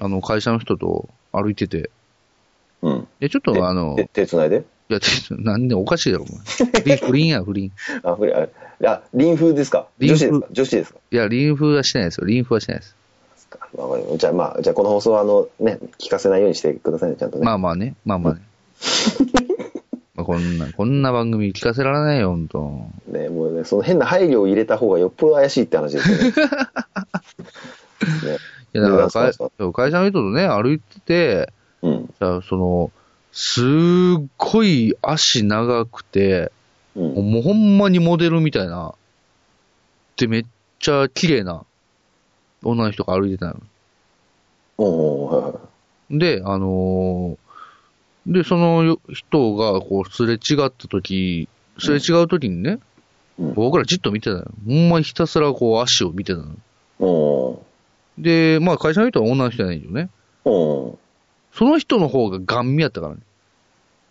A: あの、会社の人と歩いてて、
B: うん。
A: え、ちょっ
B: で
A: とあの、
B: で
A: い
B: 手繋いで。
A: や、なんでおかしいだろ、お 前。不倫や、不倫。
B: あ、ふり、あ、あ臨風ですか
A: 臨
B: 女
A: 風
B: 子ですか女子ですか
A: いや、臨風はしてないですよ。臨風はしてないです。
B: わかりましたじゃあ、まあ、じゃあ、この放送は、あの、ね、聞かせないようにしてくださいね、ちゃんとね。
A: まあまあね、まあまあ ね。まあこんな、こんな番組聞かせられないよ、ほんと。
B: ね、もうね、その変な配慮を入れた方がよっぽど怪しいって話で すよね。ね
A: いや、だから
B: そう
A: 会
B: そう
A: 会社の人とね、歩いてて、
B: うん、
A: さその、すっごい足長くて、
B: うん。
A: もうほんまにモデルみたいな、で、めっちゃ綺麗な女の人が歩いてたの。
B: おおはいはい。
A: で、あのーで、そのよ人が、こう、すれ違った時、すれ違う時にね、
B: うん
A: 僕らじっと見てたの。ほんまひたすらこう足を見てたの。
B: おお
A: で、まあ会社の人は女の人じゃないよね。
B: おお
A: その人の方がガン見やったからね。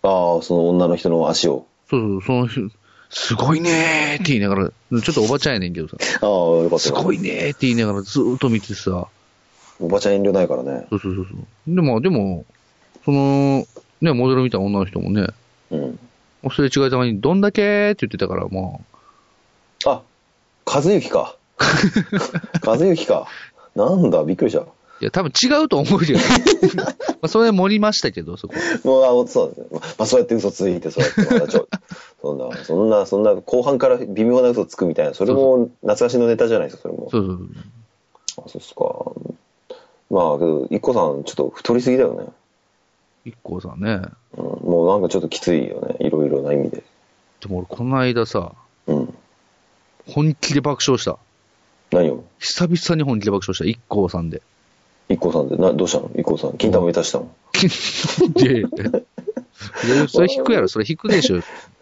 B: ああ、その女の人の足を。
A: そうそう、その人、すごいねーって言いながら、ちょっとおばちゃんやねんけどさ、
B: ああ、よかった。
A: すご
B: い。
A: いねーって言いながらずーっと見ててさ、
B: おばちゃん遠慮ないからね。
A: そうそうそうそう。でも、でも、その、ね、モデルみたいな女の人もね、
B: うん。
A: すれ違いざまに、どんだけーって言ってたから、まあ、
B: あ、和幸 か。和幸か。なんだ、びっくりした。
A: いや、多分違うと思う けど、まあ、それ盛りましたけど、そこ。
B: もう、あの、そうなんですね。まあ、そうやって嘘ついて、そうやって、まだ ちょ、そんな、そんな、そんな、後半から微妙な嘘つくみたいな、それも懐かしのネタじゃないですか、それも。
A: そうそう
B: あ、そうっすか。まあ、けど、一個さん、ちょっと太りすぎだよね。
A: 一個さんね。
B: うん、もうなんかちょっときついよね。いろいろな意味で。
A: でも俺、この間さ、
B: うん。
A: 本気で爆笑した。
B: 何を
A: 久々に本気で爆笑した、一個さんで。
B: 一個さんって、な、どうしたの一個さん、金玉いたしたの、
A: で、 いやそれ引くやろ、それ引くでしょ。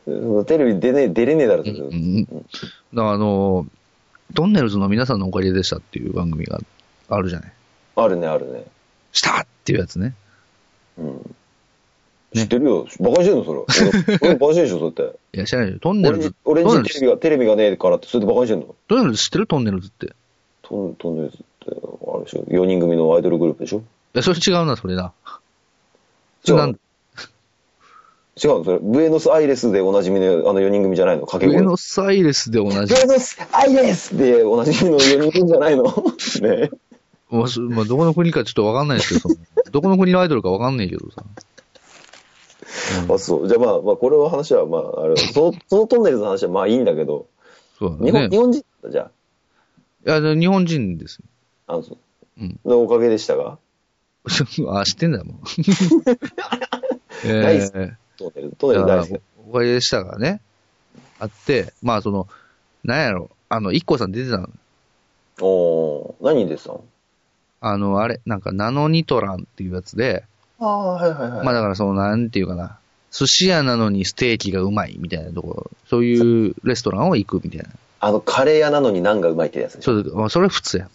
B: うん、テレビ出ね、出れねえだろ、それ
A: うん、だからあの、トンネルズの皆さんのおかげでしたっていう番組があるじゃない。
B: あるね、あるね。
A: したっていうやつね。
B: うん。知ってるよ。馬鹿にしてんのそれ。俺、俺馬鹿にしてんでしょ、そうやって。
A: いや、知 らないよ。トンネ
B: 俺
A: ルズ
B: んち、、俺ん
A: トンネルズ、
B: ちテレビが、テレビがねえからって、それで馬鹿にしてんの
A: トンネルズ知ってるトンネルズって。い
B: トン、トンネルズって、あれでしょ、4人組のアイドルグループでしょ
A: や、それ違うな、それな。
B: 違う
A: なん
B: 違うのそれ、ブエノスアイレスでおなじみのあの4人組じゃないの掛け
A: 上
B: 声。
A: のサイレスで同じ
B: ブ。エノスアイレスでおなじみの4人組じ ゃないのね
A: まあ、そまあ、どこの国かちょっとわかんないですけど、その どこの国のアイドルかわかんないけどさ。
B: あ、そう。じゃあまあ、まあ、これは話は、まあ、あれ、その、そのトンネルズの話はまあいいんだけど、
A: そう
B: 日
A: だね。
B: 本、日本人だじゃ
A: いや、で日本人ですよ。
B: あ、あの、そう
A: うん
B: のおかげでしたが、
A: あ、知ってんだ もん。え
B: 大好き
A: ー
B: トンネルズ、トンネルズ大好き
A: いや。おかげでしたがね、あって、まあその、なんやろ、あの、一個さん出てたの。
B: おー、何でしたの
A: あの、あれ、なんかナノニトランっていうやつで、
B: ああ、はいはいはい。
A: まあだからその、なんていうかな、寿司屋なのにステーキがうまいみたいなところ、そういうレストランを行くみたいな。
B: あの、カレー屋なのに何がうまいってやつでし
A: それ、まあ、それ普通やん。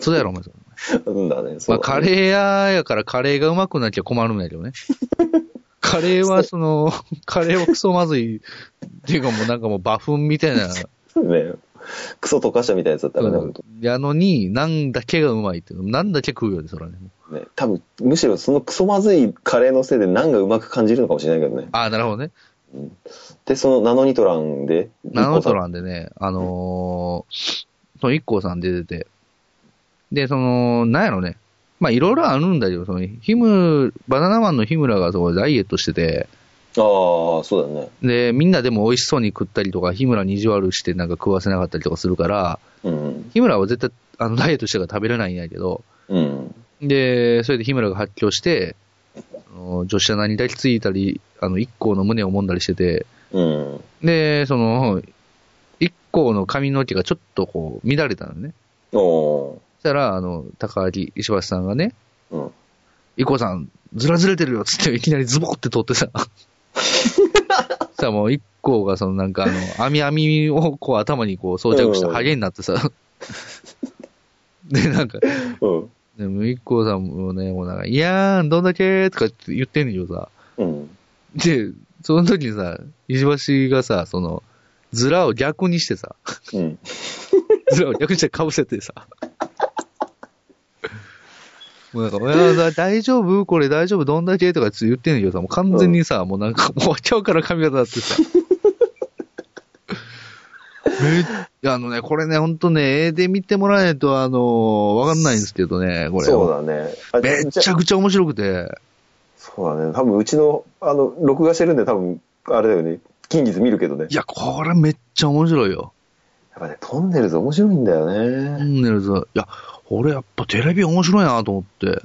A: それやろ、お前。
B: ょ。 うんだね。
A: ま
B: そう
A: あ、カ
B: ー。
A: レー屋やからカレーがうまくなきゃ困るんやけどね。カレーはその、カレーはクソまずいっていうかもうなんかもうバフンみたいな。
B: ね。クソ溶かしたみたいなやつだったらね、ほんと
A: やのに、なんだけがうまいって、なんだけ食うよね、そらね。
B: ね。多分、むしろそのクソまずいカレーのせいで何がうまく感じるのかもしれないけどね。
A: ああ、なるほどね。
B: で、そのナノニトランで、
A: ナノトランでね、あのー、その一行さん出てて、で、その、なんやろね。まあ、いろいろあるんだけど、その、ヒム、バナナマンの日村がそこでダイエットしてて、
B: ああ、そうだね。
A: で、みんなでも美味しそうに食ったりとか、日村二重悪してなんか食わせなかったりとかするから、
B: うん。
A: 日村は絶対、あの、ダイエットしてから食べれないんやけど、
B: うん。
A: で、それで日村が発狂して、あの女子アナに抱きついたり、あの、一行の胸を揉んだりしてて、
B: うん。
A: で、その、一行の髪の毛がちょっとこう、乱れたのね。
B: おー。
A: そしたら、あの、高木、石橋さんがね、
B: うん。
A: 一行さん、ずらずれてるよっつって、いきなりズボって取ってさ。そしたらもう一行がそのなんかあの、網網をこう頭にこう装着したハゲになってさ。で、なんか、
B: うん。
A: でも、一行さんもね、もうなんか、いやーん、どんだけーとかって言ってんねんけどさ。
B: うん。
A: で、その時にさ、石橋がさ、その、ズラを逆にしてさ、
B: うん。
A: ズラを逆にして被せてさ。もうなんか、いやだ大丈夫これ大丈夫どんだけとかって言ってんねんけどさ、もう完全にさ、もうなんか、もう今日からん髪型だってさ。めっいやあのね、これね、ほんとね、絵で見てもらえないと、あのーわかんないんですけどね、これ。
B: そうだね。あ
A: めっちゃくちゃ面白くて、
B: そうだね。多分、うちの、あの、録画してるんで、多分、あれだよね。近日見るけどね。
A: いや、これめっちゃ面白いよ。
B: やっぱね、トンネルズ面白いんだよね
A: ト。ンネルズ、いや、俺やっぱテレビ面白いなと思って。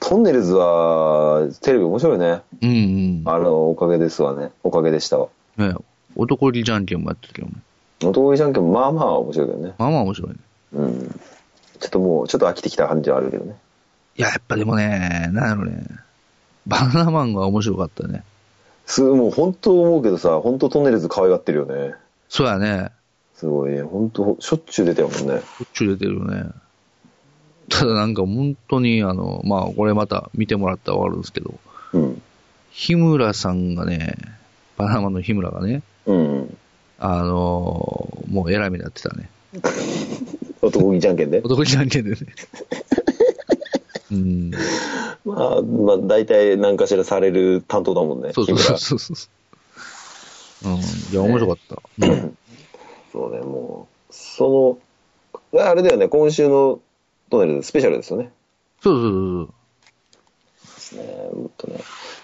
B: トンネルズは、テレビ面白いね。
A: うん
B: あの、おかげですわね。おかげでしたわ。
A: うん。ね男気じゃんけんもやってるけどね。
B: 男気じゃんけん、まあまあ面白いけどね。
A: まあまあ面白いね。
B: うん。ちょっともう、ちょっと飽きてきた感じはあるけどね。
A: いや、やっぱでもね、なんやろね。バナナマンが面白かったね。
B: すもう本当思うけどさ、本当トンネルズ可愛がってるよね。
A: そうやね。
B: すごいね。本当しょっちゅう出てるもんね。
A: こっちゅう出てるよね。ただなんか本当に、あの、まあこれまた見てもらったらわかるんですけど、
B: うん。
A: 日村さんがね、バナナマンの日村がね、
B: うん。
A: あのもう偉い目になってたね。
B: 男気じゃんけんで。
A: 男気じゃんけんでね。うん。
B: まあ、まあ、大体何かしらされる担当だもんね。
A: そうそう
B: 日
A: そ
B: 村
A: うそうそう。うん。いや、面白かった。うん。
B: そうね、もう、その、あれだよね、今週のトンネルズスペシャルですよね。
A: そうそうそうそう。
B: ねほんとね。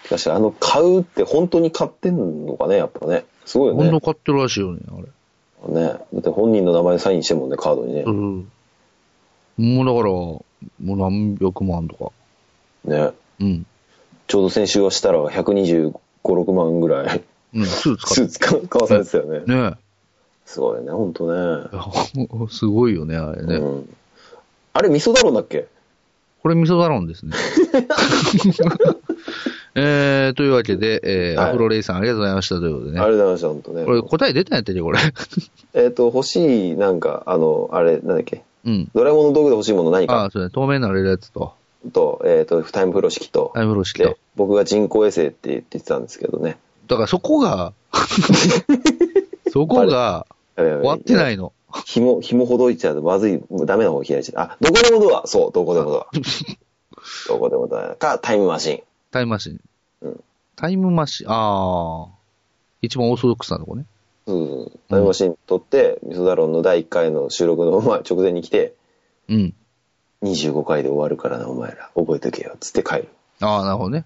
B: しかし、あの、買うって本当に買ってんのかね、やっぱね。すごいよね。
A: 本当買ってるらしいよね、あれ。
B: ね。だって本人の名前でサインしてるもんね、カードにね
A: そう。そう。もうだから、もう何百万とか。
B: ね。
A: うん。
B: ちょうど先週はしたら125、6万ぐらい、
A: うん、スーツ
B: ス
A: 買っ
B: ーツ 買買わされてたよね。
A: て。ね
B: すごいね、ほんと
A: え。いやもうすごいよね、あれ
B: ね。
A: ね。
B: うん。あれ、味噌だろんだっけ
A: これ味噌ダロンですね。 えー、というわけで、えー
B: はい
A: アフロレイさんありがとうございましたということで
B: あ
A: ね。
B: れだな、ほんとね
A: こ。れ答え出たんやったっけ、これ。
B: えっと、欲しい、なんか、あの、あれ、なんだっけ。
A: うん。
B: ドラえもんの道具で欲しいもの何
A: あ
B: か。
A: あ、そうだね。透明なレれるやつと。
B: と、えっ、と、タイムフロー式と、
A: タイムフロー式と
B: で。僕が人工衛星って言ってたんですけどね。
A: だからそこ が、そこが終
B: 終。
A: わってないいの。
B: 紐、紐ほどいちゃうとまずい、もうダメな方開いちゃう。あ、どこでもドアそう、どこでも ドア。どこでもドア。か、タイムマシン。
A: タイムマシン。
B: うん
A: タイムマシン、ああ。一番オーソドックスなとこね。
B: うん、タイムマシン撮って、ミソダロンの第1回の収録のまあ直前に来て、
A: うん。
B: 25回で終わるからな、お前ら。覚えとけよ。つって帰る。
A: ああ、なるほどね。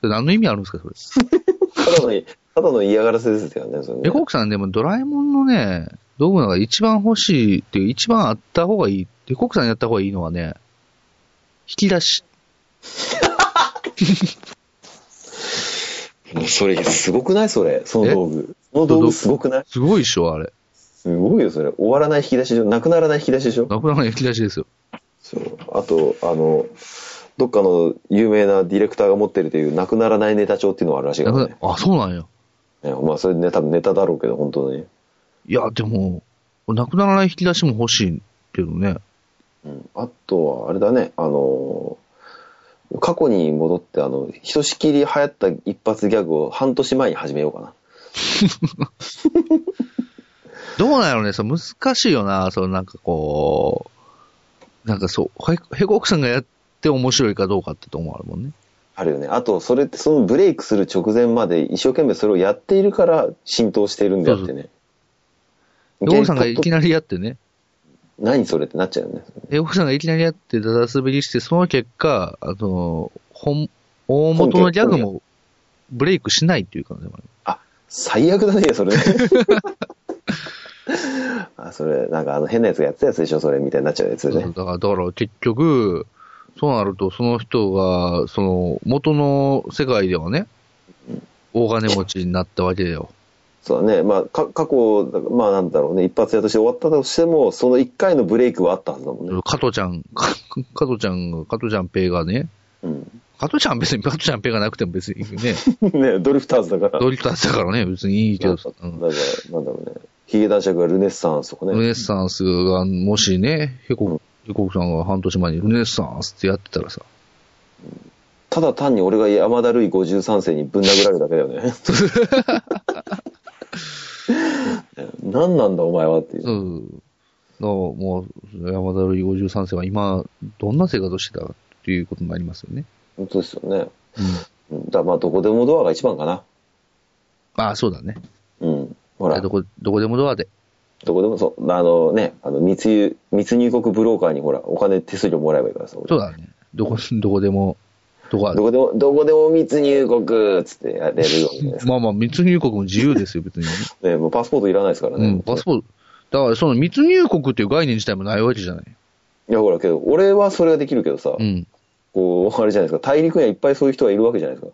A: それ何の意味あるんですか、そ れ。
B: ただの、ただの嫌がらせですよね、それね
A: え、コウキさん、でもドラえもんのね、道具の中で一番欲しいっていう、一番あった方がいい。で、コウキさんにやった方がいいのはね、引き出し。
B: もうそれ、すごくないそれ。その道具。その道具すごくない
A: すごいでしょ、あれ。
B: すごいよ、それ。終わらない引き出しでしょ。なくならない引き出しでしょ。
A: なくならない引き出しですよ。
B: そう。あと、あの、どっかの有名なディレクターが持ってるという、なくならないネタ帳っていうのがあるらしいか
A: な
B: ら
A: くな
B: ね。
A: あ、そうなんや。
B: ねまあ、それね、多分ネタだろうけど、本当に。
A: いや、でも、なくならない引き出しも欲しいけどね。
B: うん。あとは、あれだね、あの、過去に戻って、あの、ひとしきり流行った一発ギャグを半年前に始めようかな。
A: どうなんやろね、そう難しいよな、そのなんかこう、なんかそう、へへこくさんがやって面白いかどうかってとこもあるもんね。
B: あるよね。あと、それって、そのブレイクする直前まで一生懸命それをやっているから浸透しているんであってね。
A: へこくさんがいきなりやってね、
B: 何それってなっちゃうよね。
A: へこくさんがいきなりやってだだ滑りして、その結果、あの、本、大元のギャグもブレイクしないっていう感じもある。
B: 最悪だね、それね。あ、それ、なんかあの変なやつがやってたやつでしょ、それ、みたいになっちゃうやつ
A: そう
B: で
A: そう
B: ね。
A: だから、だから結局、そうなると、その人が、その、元の世界ではね、大金持ちになったわけだよ。
B: そうだね。まあ、か過去、まあなんだろうね、一発屋として終わったとしても、その一回のブレイクはあったはずだもんね。
A: 加藤ちゃん、 か加藤ちゃんが、加藤ちゃんペイがね、
B: うん。
A: 加藤ちゃん別に、加 藤ちゃんペイがなくても別に ね、
B: ねドリフターズだから。
A: ドリフターズだからね、別にいいけ
B: な
A: ど
B: んか、
A: う
B: なん
A: ん
B: だなんだろうね。ヒゲ男爵がルネッサンスとか
A: ル
B: ね。
A: ネッサンスが、もしね、ヘコ、ヘコクさんが半年前にルネッサンスってやってたらさ、
B: ただ単に俺が山田るい53世にぶん殴られるだけだ よね。 何なんだお前はっていう。
A: うん。だからもう、山田るい53世は今、どんな生活をしてたかっていうことになりますよね。
B: 本当ですよね。
A: うん。
B: うんだからまあ、どこでもドアが一番かな。
A: ああ、そうだね。
B: うん。ほら、
A: どこ、どこでもドアで。
B: どこでもそう、あのね、あの密輸、密入国ブローカーにほら、お金手数料もらえばいいからさ、俺
A: そうだね。どこ、どこでも、どこあ
B: どこでも、どこでも密入国っつってやれるようにね
A: まあまあ、密入国も自由ですよ、別に、ね。
B: ね、もうパスポートいらないですから
A: う
B: ね。
A: ん、パスポート。だから、その密入国っていう概念自体もないわけじゃない。
B: いやほら、けど、俺はそれができるけどさ、
A: うん。
B: こう、あれじゃないですか、大陸にはいっぱいそういう人がいるわけじゃないですか。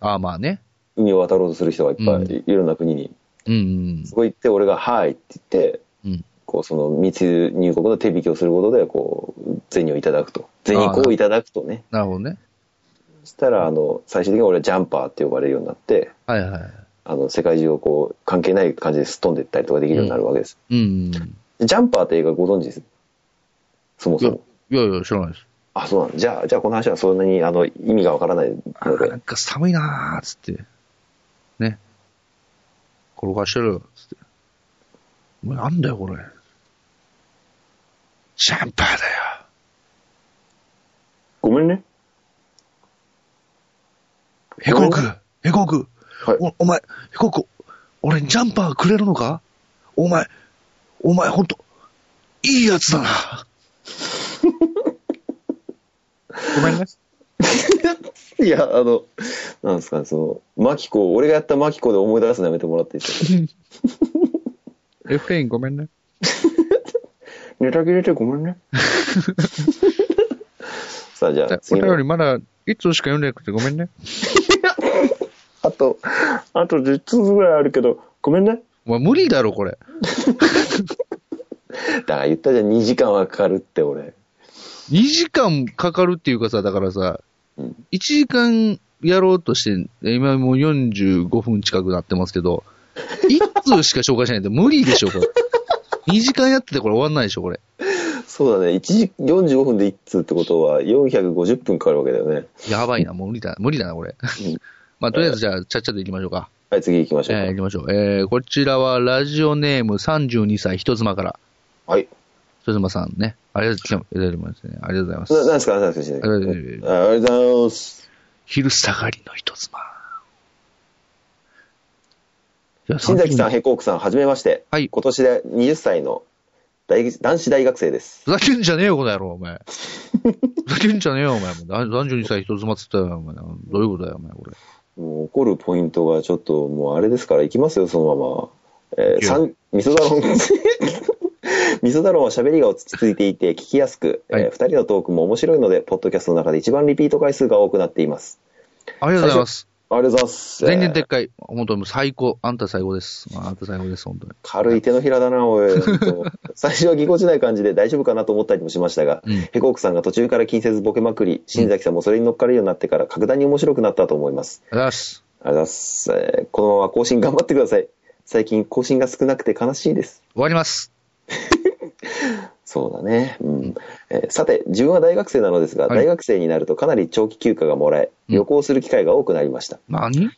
A: ああ、まあね。
B: 海を渡ろうとする人がいっぱい、
A: うん
B: いろんな国に。
A: うん
B: そこ行って、俺が、はいって言って、
A: うん。うん。
B: こう、その密入国の手引きをすることで、こう、銭をいただくと。銭こをいただくとね。
A: なるほどね。
B: そしたら、あの、最終的に俺はジャンパーって呼ばれるようになって、
A: はいはい。
B: あの、世界中をこう、関係ない感じですっ飛んでいったりとかできるようになるわけです。
A: うん。
B: ジャンパーって映画ご存知ですそも
A: い
B: そ
A: や、
B: も。
A: いやいや、知らないです。
B: あ、そうなんじゃあ、じゃあこの話はそんなに、あの、意味がわからない
A: あ
B: の
A: ー
B: で
A: な。んか寒いなーっつって。ね。転がしてるよ、つって。お前なんだよ、これ。ジャンパーだよ。
B: ごめんね。
A: ヘコク、ヘコク、
B: はい
A: おお前、ヘコク、俺にジャンパーくれるのかお前、お前ほんと、いいやつだな。 ごめんね。
B: いや、あの、なんですかね、その、マキコ、俺がやったマキコで思い出すのやめてもらっていいですか
A: レフレインごめんね。
B: ネタ切れてごめんね。 さあ、じゃあ、次の。
A: まだ一通しか読んでなくてごめんね。
B: あと、あと10通ぐらいあるけど、ごめんね。
A: お前無理だろ、これ。
B: だから言ったじゃん、2時間はかかるって、俺。
A: 2時間かかるっていうかさ、だからさ、
B: うん
A: 1時間やろうとして、今もう45分近くなってますけ ど、1通しか紹介しないと無理でしょ、これ。2時間やっててこれ終わんないでしょ、これ。
B: そうだね。1時45分で1通ってことは450分かかるわけだよね。
A: やばいな、もう無理だ、無理だな、これ。 まあ、とりあえずじゃあ、ちゃっちゃと行きましょうか。
B: はい、次行きましょうか。
A: えー行きましょう。えーこちらは、ラジオネーム32歳、人妻から。
B: はい。
A: 人妻さんね。ありがとうございます。ありがとうございます。
B: な、なんですか何ですか
A: あ
B: あ
A: いやいやい
B: ありがとうございます。
A: 昼下がりの人妻。いや
B: 新崎さん、
A: 30
B: ヘコークさん、はじめまして。
A: はい
B: 今年で20歳の大男子大学生です。
A: ふざけんじゃねえよ、この野郎、お前。ふざけんじゃねえよ、お前。もう32歳人妻っつったよ、お前。どういうことだよ、お前、これ。
B: もう怒るポイントがちょっともうあれですから、いきますよ、そのまま。え
A: い
B: ー、
A: や
B: 三、味噌だ ろん。味噌だろんは喋りが落ち着いていて聞きやすく、
A: はい
B: えー二人のトークも面白いので、ポッドキャストの中で一番リピート回数が多くなっています。
A: ありがとうございます。
B: ありがとうございます。
A: 全然
B: え
A: でっ
B: ー
A: かい。本当にもう最高。あんた最高です。あんた最高です、本当に。
B: 軽い手のひらだな、おい。 本当最初はぎこちない感じで大丈夫かなと思ったりもしましたが、
A: うん
B: ヘコークさんが途中から気にせずボケまくり、新崎さんもそれに乗っかるようになってから格段に面白くなったと思います。
A: ありがとうございます。
B: ありがとうございます。えーこのまま更新頑張ってください。最近更新が少なくて悲しいです。
A: 終わります。
B: そうだね。うん。えーさて、自分は大学生なのですが、
A: はい
B: 大学生になるとかなり長期休暇がもらえ、
A: うん
B: 旅行する機会が多くなりました。
A: 何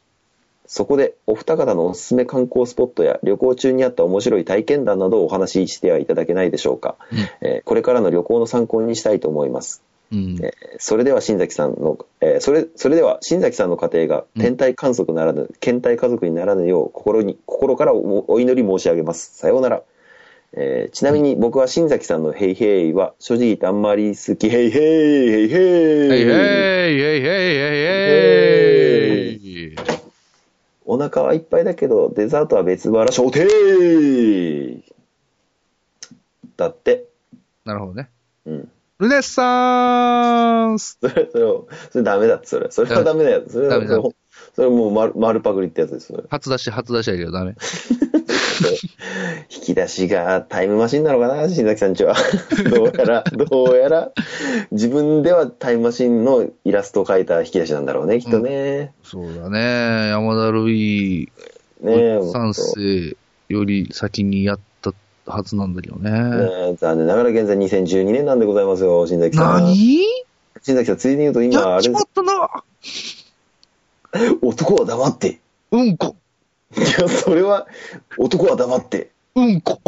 B: そこで、お二方のおすすめ観光スポットや旅行中にあった面白い体験談などをお話ししてはいただけないでしょうか。えーこれからの旅行の参考にしたいと思います。
A: うん。
B: えーそれでは新崎さんの、えーそれ、それでは新崎さんの家庭が天体観測ならぬ、検体家族にならぬよう心に、心からおお祈り申し上げます。さようなら。えーちなみに僕は新崎さんのヘイヘイは正直言ってあんまり好き。ヘイヘイヘイヘイ
A: えいえいえいえいえいえい
B: お腹はいっぱいだけど、デザートは別腹、小艇だって。
A: なるほどね。
B: うん。
A: ルネッサーンス
B: それ、それを、それダメだって、それ。それはダメだよ。それは、
A: ダメだ
B: それそれもう丸丸パクリってやつです、それ。
A: 初出し、初出しだけどダメ。
B: 引き出しがタイムマシンなのかな、新崎さんちは。どうやら、どうやら、自分ではタイムマシンのイラストを描いた引き出しなんだろうね、きっとね。
A: そうだね。山田ルイ
B: ねえ、
A: 三
B: 本
A: 世より先にやったはずなんだけど
B: 当
A: ね。
B: ねえ残念ながら現在2012年なんでございますよ、新崎さん。
A: 何
B: 新崎さん、ついでに言うと今、
A: やっ
B: あれ
A: ち
B: で
A: ますったな
B: 男は黙って。
A: うんこ
B: いや、それは、男は黙って。
A: うんこ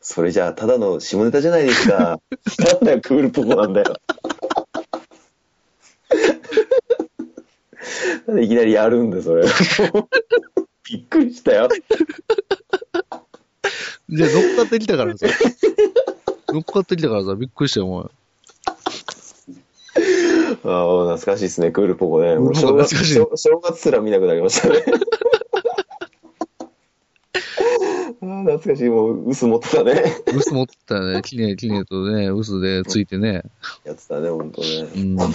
B: それじゃあ、ただの下ネタじゃないですか。 なんだよ、クールポコなんだよ。なんでいきなりやるんだよ、それ。 びっくりしたよ。
A: じゃあ乗っかってきたからさ。乗っかってきたからさ、びっくりしたよ、お
B: ああ、懐かしいですね、クールポコね。
A: クールポコ
B: 正月
A: 懐かしい
B: 正正月すら見なくなりました ね。あー懐かしい、もう、薄持ってたね。
A: 前。薄持ってたよね。きねきねとね、薄でついてね。
B: やってたね、ほんとね。
A: うん。
B: あ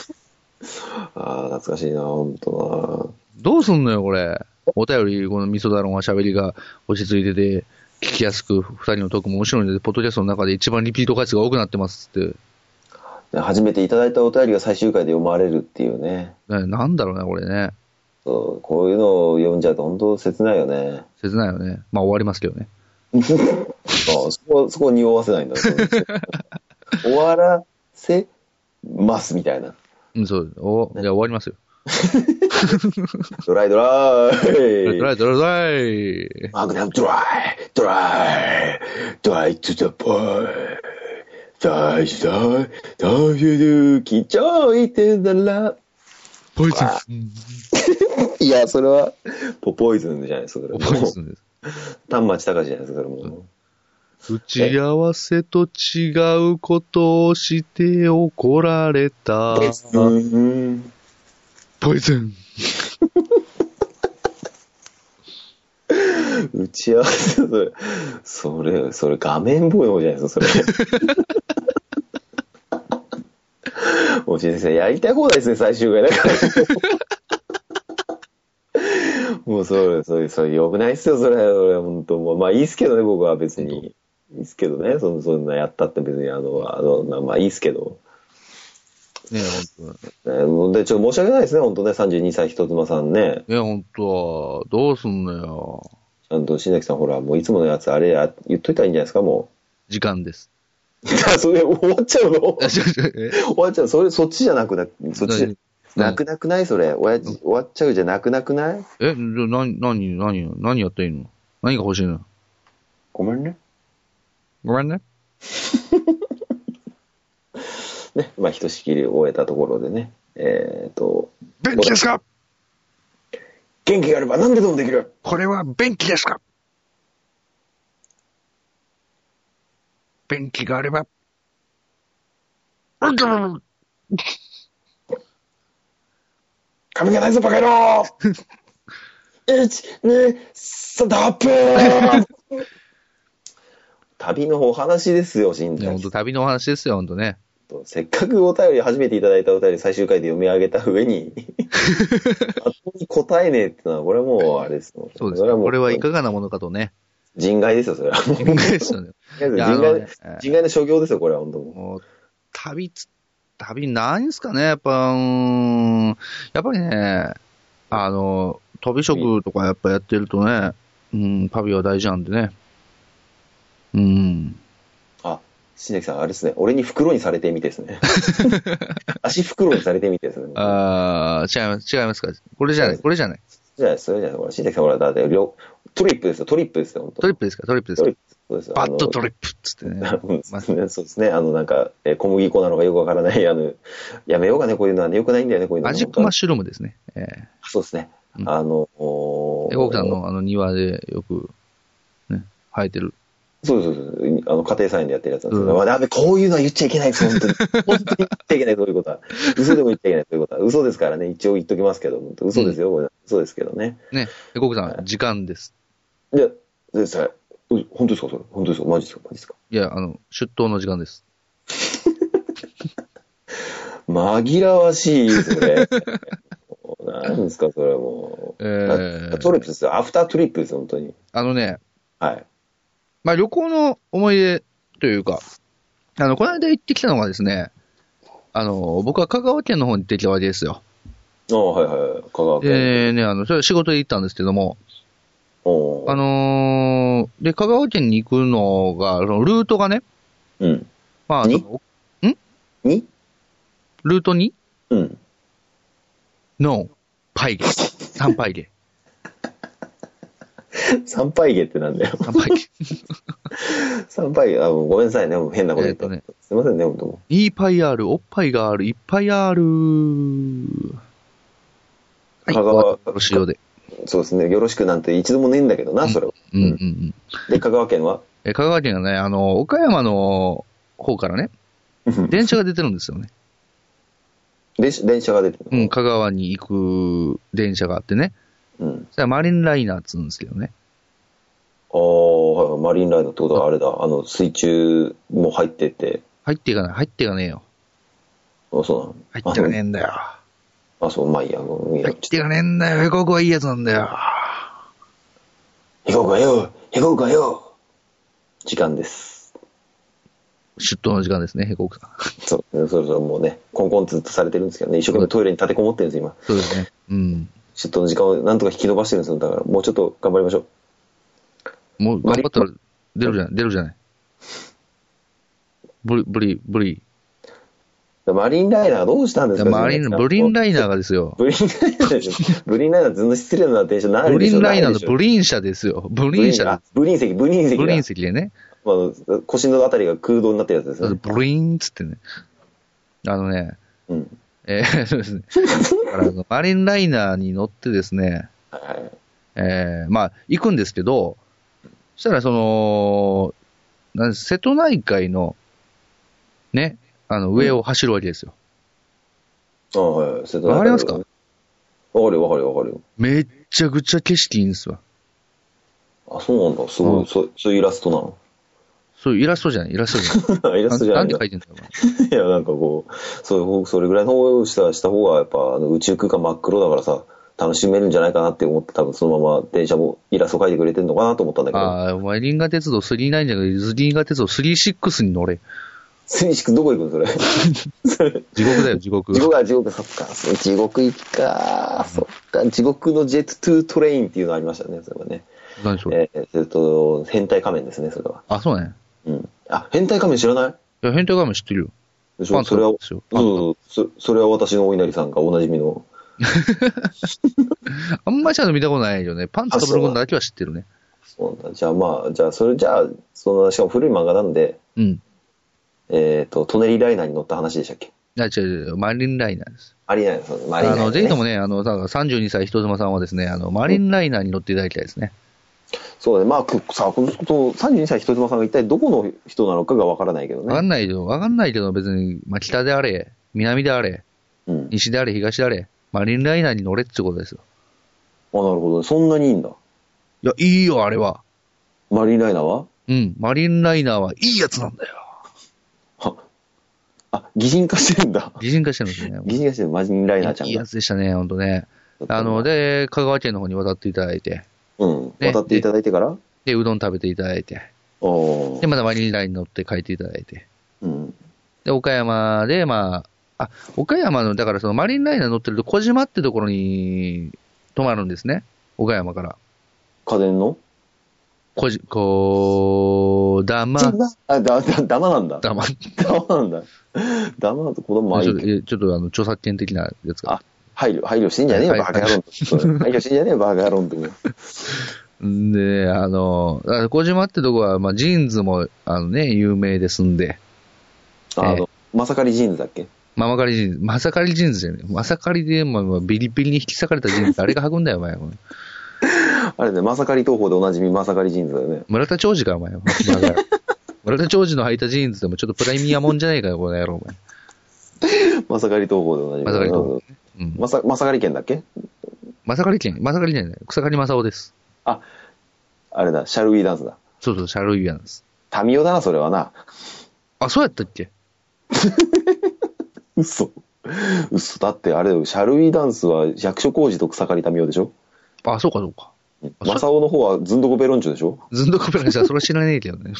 B: あ、懐かしいな、ほんと
A: どうすんのよ、これ。お便り、この味噌だろんは喋りが落ち着いてて、聞きやすく、二人のトークも面白いので、ポッドキャストの中で一番リピート回数が多くなってますって。
B: な。初めていただいたお便りが最終回で読まれるっていうね。
A: ねなんだろうね、これね。
B: そう、こういうのを読んじゃうと本当切ないよね。
A: 切ないよね。まあ終わりますけどね。
B: あそこ、そこを匂わせないんだ。 終わらせますみたいな。
A: うん、そう。お、じゃあ終わりますよ。
B: ドライドラ
A: ドラ
B: イ
A: イドライドライ。
B: マグナムドライドライドライトゥザポイ大事だ大事だきちょいてだら
A: ポイズン。
B: いや、それは、ポポイズンじゃないですか、それ
A: ポイズンです。
B: 丹町隆じゃないですか、それも。
A: 打ち合わせと違うことをして怒られた。
B: うん
A: ポイズン。
B: 打ち合わせそれ、それ、それ画面ボーイの方じゃないですか、それ。もう先生、やりたい放題ですね、最終回だから。もうそれ、それ、それ、よくないっすよ、それ、それ、本当もう、まあいいっすけどね、僕は別に。いいっすけどね、その、そんなやったって別に、あの、あの、まあまあいいっすけど。
A: ねえ、ほんと。
B: えーほんで、ちょっと申し訳ないですね、本当ね、32歳、人妻さんね。
A: ねえ、ほんと。どうすんのよ。
B: ちゃんと、新崎さん、ほら、もういつものやつ、あれや、言っといたらいいんじゃないですか、もう。
A: 時間です。
B: それ終わっちゃうの終
A: あちょちょえ
B: わっちゃう。それ、そっちじゃなくな、そっちじゃ
A: 何
B: なくなくないそれ。親父、終わっちゃうじゃなくなくない
A: え、じゃあ何、何、何、何やっていいの何が欲しいの
B: ごめんね。
A: ごめんね。
B: ね。まあ、ひとしきり終えたところでね。えっ、と、
A: 便器ですか
B: 元気があれば何ででもできる
A: これは便器ですか便器があれば。うんちゃん
B: 髪がないぞ、バカ野 郎 !1、2、3、ダップー 旅のお話ですよ、新
A: いや、本
B: 宅
A: 当旅のお話ですよ、本当ね。
B: と。せっかくお便り、初めていただいたお便り最終回で読み上げた 上に、後に答えねえってのは、これはもうあれですよ
A: そうですね。
B: も
A: これはいかがなものかとね。
B: 人外ですよ、それは。と
A: 人外ですよね。
B: りあえず
A: い
B: 人
A: やあの
B: 外
A: ね、
B: 人外の所業ですよ、これは、本当も
A: もう、旅つ、旅なんすかねやっぱ、うーん、やっぱりね、あの、旅食とかやっぱやってるとね、うん、旅は大事なんでね。うん。
B: あ、新崎さん、あれですね、俺に袋にされてみてです ね。足袋にされてみてですね。
A: ああ、違います、違いますか。これじゃない、これじゃない。
B: じゃない、それじゃない、ほら、新崎さん、ほら、だって、両、トリップですよ、トリップですよ、本当
A: トリップですか、トリップです
B: ト
A: か
B: リ。ップ。そうですよ。
A: バッドト
B: リ
A: リップっつってね。
B: ップ。うん
A: まあ
B: そうですね。あの、なんか、えー小麦粉なのかよくわからない、あの、やめようかね、こういうのはね、よくないんだよね、こういうのは
A: マ
B: ね。
A: ジックマッシュルームですね。え
B: そうですね。
A: うん
B: あの、お
A: え。エコーさんのあの庭でよく、ね、生えてる。
B: そうそうそう。あの、家庭菜園でやってるやつなんですけど、
A: うん
B: まあだめ、こういうのは言っちゃいけないです、本当に。本当に言っちゃいけない、そういうことは。嘘でも言っちゃいけない、そういうことは。嘘ですからね、一応言っときますけど、本当嘘ですよ、これ嘘ですけどね。
A: ね、エコーさん、時間です。
B: いや、でさ、う本当ですか、それ。本当ですか、マジですか、マジですか。
A: いや、あの、出頭の時間です。
B: 紛らわしい、そ れ。何ですか、それはもう。
A: えー
B: トリップですよ。アフタートリップです、本当に。
A: あのね、
B: はい。
A: まあ、旅行の思い出というか、あの、この間行ってきたのがですね、あの、僕は香川県の方に行ってきたわけですよ。
B: ああ、はいはい。香川県。
A: で、ね、あの、それは仕事で行ったんですけども、
B: おー
A: あのーで、香川県に行くのが、そのルートがね、
B: うん。
A: まあ、そ
B: に
A: の
B: に
A: ルート2
B: うん。
A: のパイゲ、3パイゲ、
B: 参拝芸ってなんだよ。
A: 3パイゲ、
B: 参拝芸、あ、もうごめんなさいね。もう変なこと言って。
A: えー
B: すいませんね、本当も
A: いいパイある、おっぱいがある、いっぱいある。はい、
B: 香川
A: お塩で。
B: う。そうですね。よろしくなんて一度もねえんだけどな、それは。
A: うんうんうん。
B: で、香川県は
A: え香川県はね、あの、岡山の方からね、
B: うん
A: 電車が出てるんですよね。
B: 電車電車が出てる
A: う
B: の
A: ん、香川に行く電車があってね。
B: うん。
A: それはマリンライナーっつうんですけどね。
B: ああ、はいはいマリンライドってことはあれだ。あの、水中も入ってて。
A: 入っていかない、入っていかねえよ。
B: あ、そうな
A: 入
B: の
A: っていかねえんだよ。
B: ああ、そう、まあいいや。もういいや
A: 入っていかねえんだよ。ここはいいやつなんだよ。
B: 行こうかよ行こうかよ時間です。
A: 出頭の時間ですね、ヘコークさん。
B: そう、そろそろもうね、コンコンずっとされてるんですけどね、一生懸命トイレに立てこもってるんです、今。
A: そうですね。うん。
B: ちょっと時間をなんとか引き延ばしてるんですよ、だから、もうちょっと頑張りましょう。
A: もう頑張ったら出るじゃない、出るじゃない。ブリ、ブリ、ブリ。
B: でマリンライナーどうしたんですか
A: マリン、ブリンライナーがですよ。
B: ブリンライナーでしょブリンライナーずんの失礼な電車ないでしょ
A: ブリンライナー
B: ないでし
A: の
B: ょ
A: ブリン車ですよ。ブリン車。
B: ブリン席、ブリン席だ。
A: ブリン席でね。
B: あの腰のあたりが空洞になってるやつですね。
A: ブリーンっつってね。あのね、
B: うん。
A: えー そうですね。だからあのマリンライナーに乗ってですね、
B: はいはい。
A: えーまあ、行くんですけど、そしたら、その、なんです瀬戸内海の、ね、あの、上を走るわけですよ。
B: あはいはい。瀬戸内海
A: わかりますか
B: わかるよ、わかるよ、わかるよ。
A: めっちゃくちゃ景色いいんですわ。
B: あ、そうなんだ。す
A: う
B: ご
A: ん
B: い。そうそういうイラストなの。
A: そういうイラストじゃない、イラストじゃ ない。
B: イラストじゃ
A: な
B: ない
A: んて
B: んだ
A: 書。いてんだろうない
B: や、なんかこう、そういう、それぐらいの方をしたした方が、やっぱ、あの宇宙空間真っ黒だからさ、楽しめるんじゃないかなって思って、多分そのまま電車もイラスト描いてくれてるのかなと思ったんだけど、
A: ああ、お前、銀河鉄道39じゃなくて、銀河鉄道36に乗れ。
B: スニシクどこ行くのそれ。そ れ
A: 地獄だよ、地獄。
B: 地獄は地獄、そっか、そう地獄行くか、そっか、地獄のジェットトゥートレインっていうのありましたね、それはね。
A: 何それ。
B: えー、えっと、変態仮面ですね、それは。
A: あ、そうね。
B: うん。あ、変態仮面知らない
A: や、変態画面知ってるよ。
B: でし
A: パン
B: ょ
A: ツ
B: それは
A: で、すよ。パンツ
B: そうそうそそれは私のお稲荷さんがおなじみの。
A: あんまりちゃんと見たことないよね。パンツかぶる
B: あそう
A: ことだけは知ってるね。
B: そうなんだじゃあまあ、じゃあそれ、じゃあ、その、しかも古い漫画なんで、
A: うん。
B: えっ、と、トネリライナーに乗った話でしたっけ
A: いや、違う違う、マリンライナーです。
B: ありえないです。まあありえ
A: あ
B: ない、
A: の、ぜひとも
B: ね。
A: ね、あの、だから32歳人妻さんはですね、あの、マリンライナーに乗っていただきたいですね。
B: そうだね。まあ、くさあ、このこと、32歳人妻さんが一体どこの人なのかがわからないけど
A: わか
B: ね。
A: んないけど、わかんないけど、別に、まあ、北であれ、南であれ、
B: うん。あ、なる
A: 西であれ、東であれ、マリンライナーに乗れってことですよ。
B: ほどね。そんなにいいんだ。
A: いや、いいよ、あれは。
B: マリンライナーは
A: うん、マリンライナーはいいやつなんだよ。
B: はあ、擬人化してるんだ。
A: 擬人化してるんですね。
B: 擬人化してる、マリンライナーちゃん
A: い
B: が。
A: いやつでしたね、ほんとね。あの、で、香川県の方に渡っていただいて、
B: うん。
A: ね
B: 渡っていただいてから
A: で、うどん食べていただいて、
B: おー
A: で、またマリンライナーに乗って帰っていただいて、
B: うん。
A: で、岡山で、まあ、あ、岡山の、だからそのマリンライナー乗ってると、小島ってところに泊まるんですね。岡山から。
B: 家電の
A: こじ、こう、だま、
B: そんなあ、だ、だ、だまなんだ。
A: だま、ち
B: ダマなんだ。ダマだと子供は
A: ょ
B: い
A: っ
B: い
A: と、
B: けど
A: えちょっとあの、著作権的なやつが。
B: 配慮、配慮してんじゃねえよ、
A: はい
B: バカ野郎。 うん配慮してんじゃねえよ、バカ野郎って。
A: んで、あの、だから小島ってとこは、まあ、ジーンズも、あのね、有名ですんで、
B: あの、まさかりジーンズだっけ
A: ママカリジーンズ、マサカリジーンズじゃねえ。マサカリで、まあ、まあビリビリに引き裂かれたジーンズ、誰が履くんだよ、お前。お前
B: あれね、まさかり東宝でおなじみまさかりジーンズだよね。
A: 村田長治か、お 前。お前が村田長治の履いたジーンズでもちょっとプレミアもんじゃねえかよ、この野郎、お前。
B: まさかり東宝でおなじみ。
A: まさかり東うん
B: まさ、まさかり県だっけ
A: まさかり県、まさかりじゃない、草刈正雄です。
B: あ、あれだ、シャルウィーダンスだ。
A: そうそう、シャルイヤなんです。
B: タミオだな、それはな。
A: あ、そうやったっけ
B: 嘘。嘘。だってあれだよ、シャルウィーダンスは役所工事と草刈民生でしょ
A: あ、そうか、そうか。
B: マサオの方はズンドコペロンチョでしょ
A: ずんどこペランチはそれは知らねえけど ね。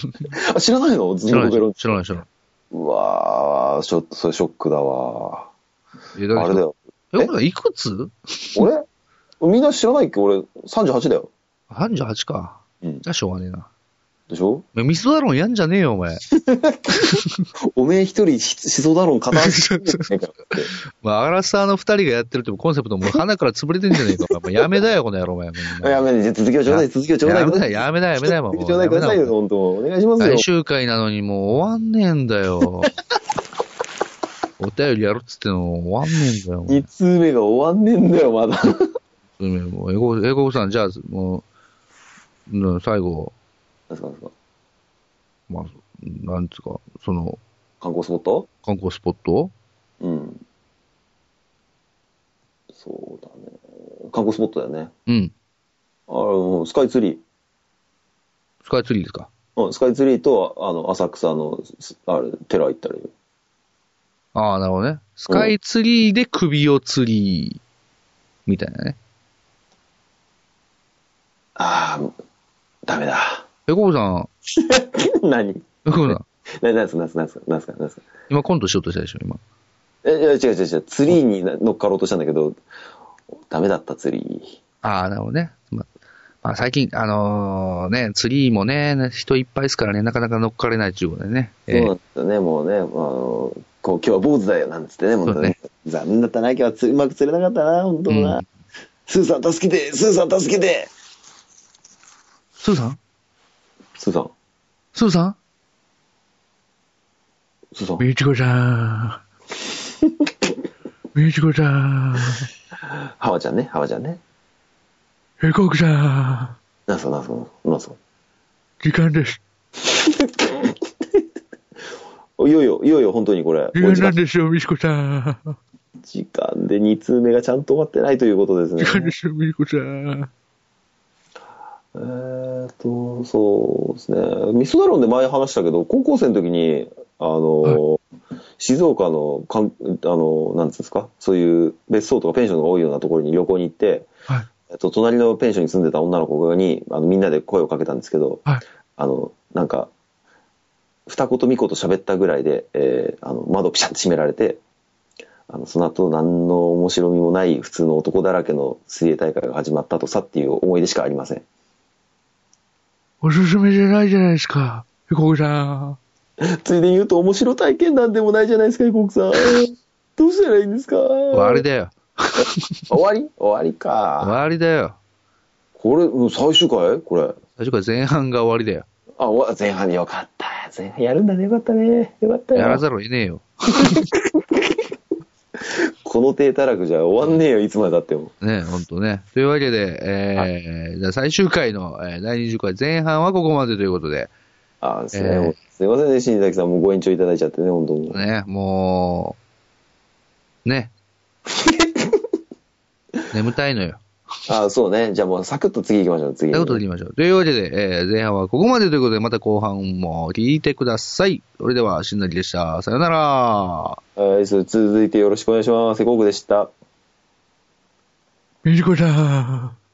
B: あ、知らないのズ
A: 知
B: ン
A: らな
B: ドコペロン
A: い、
B: チ
A: 知らない、知らない。
B: ョ。うわー、ちょっとそれショックだわ。
A: え、だ
B: あれだよ。
A: え、ほら、いくつ
B: 俺みんな知らないっけ俺、38だよ。
A: ?38 か。
B: うん
A: じゃあしょうがねえな。
B: でしょ
A: ミスだろんやんじゃねえよ、お前。
B: おめえ一人し、し そうだろん片足。
A: まあ、アラサーの二人がやってるってコンセプトもう鼻から潰れてんじゃねえか。お前やめだよ、この野郎、お前。
B: やめね、続きをちょうだい、続きをちょうだい。
A: やめだよ、やめだよ、やめだよ、も
B: 続き
A: う。
B: ちょうだいくださいよ、本当お願いしますよ
A: 最。終回なのにもう終わんねえんだよ。お便りやるっつってんの終わんねえんだよ。
B: 二通目が終わんねえんだよ、まだ。
A: うんもう英語、英語さん、じゃあ、もう、うん最後、
B: ですかですか
A: まあ、なんつうか、その、
B: 観光スポット
A: 観光スポット
B: うん。そうだね。観光スポットだよね。
A: うん。
B: あの、スカイツリー。
A: スカイツリーですか。
B: うん、スカイツリーと、あの、浅草の、すあれ、寺行ったらいいよ。
A: ああ、なるほどね。スカイツリーで首を吊り、みたいなね。
B: ああ、ダメだ。
A: え、コブさん、
B: 何
A: え、コブさん、
B: な、なんすか、なんすか、なんすか、なんすか、なんすか。
A: 今コントしようとしたでしょ、今。
B: え、いや、違う違う違う、ツリーに乗っかろうとしたんだけど、ダメだった、ツリ
A: ああ、なるほどね。ままあ、最近、あのーね、ツリーもね、人いっぱいですからね、なかなか乗っかれないっていうことでね。
B: ー。
A: えー
B: そうなんですよね、もうね、あの、こう、今日は坊主だよ、なんつってね、も
A: そううね
B: ね。残念だったな、今日はつうまく釣れなかったな、本当な。
A: うん
B: スーさん助けて、スーさん助けて
A: スーさん
B: スーさん、
A: スーさん
B: スーさん。
A: みちこさん。みちこさん。
B: ハワちゃんね、ハワちゃんね。
A: えこくさん。
B: なんすか、なんすか、なんすか。
A: 時間です。
B: おいよいよ、いよいよ、本当にこれ。
A: 時
B: お
A: 間
B: 時
A: な
B: 間
A: んですよ、みちこさん。
B: 時間で2通目がちゃんと終わってないということですね
A: 時。間ですよ、みちこさん。
B: えーっと、そうですね。ミソダロンで前話したけど、高校生の時に、あの、静岡の、かんあの、なんつうんですか、そういう別荘とかペンションが多いようなところに旅行に行って、
A: はい。
B: えっと、隣のペンションに住んでた女の子に、あのみんなで声をかけたんですけど、
A: はい
B: あの、なんか、二言三言喋ったぐらいで、えーあの、窓ピシャッと閉められて、あの、その後、何の面白みもない普通の男だらけの水泳大会が始まったとさっていう思い出しかありません。
A: おすすめじゃないじゃないですか。えこくさん。
B: ついでに言うと面白体験談でもないじゃないですか、国さん。どうしたらいいんですか
A: 終わりだよ。
B: 終わり終わりか。
A: 終わりだよ。
B: これ、うん最終回これ。
A: 最初から前半が終わりだよ。
B: あ、終わ前半でよかった。前半やるんだね。よかったね。よかったよ。
A: やらざるを得ねえよ。
B: この手たらくじゃ終わんねえよ、いつまでたっても。
A: ね、ほんとね。というわけで、えー、じゃあ最終回の、えー第20回前半はここまでということで、
B: あです
A: え
B: ね、
A: ー
B: もうすいませんね、新崎さんもご延長いただいちゃってね、本当に。
A: ね、もう、 ね。眠たいのよ。
B: あそうね。じゃあもうサクッと次行きましょう、次。
A: ということでいきましょう。というわけで、えー前半はここまでということで、また後半も聞いてください。それでは、しんなりでした。さよなら。
B: はい、それ続いてよろしくお願いします。セコークでした。
A: ビリコだー。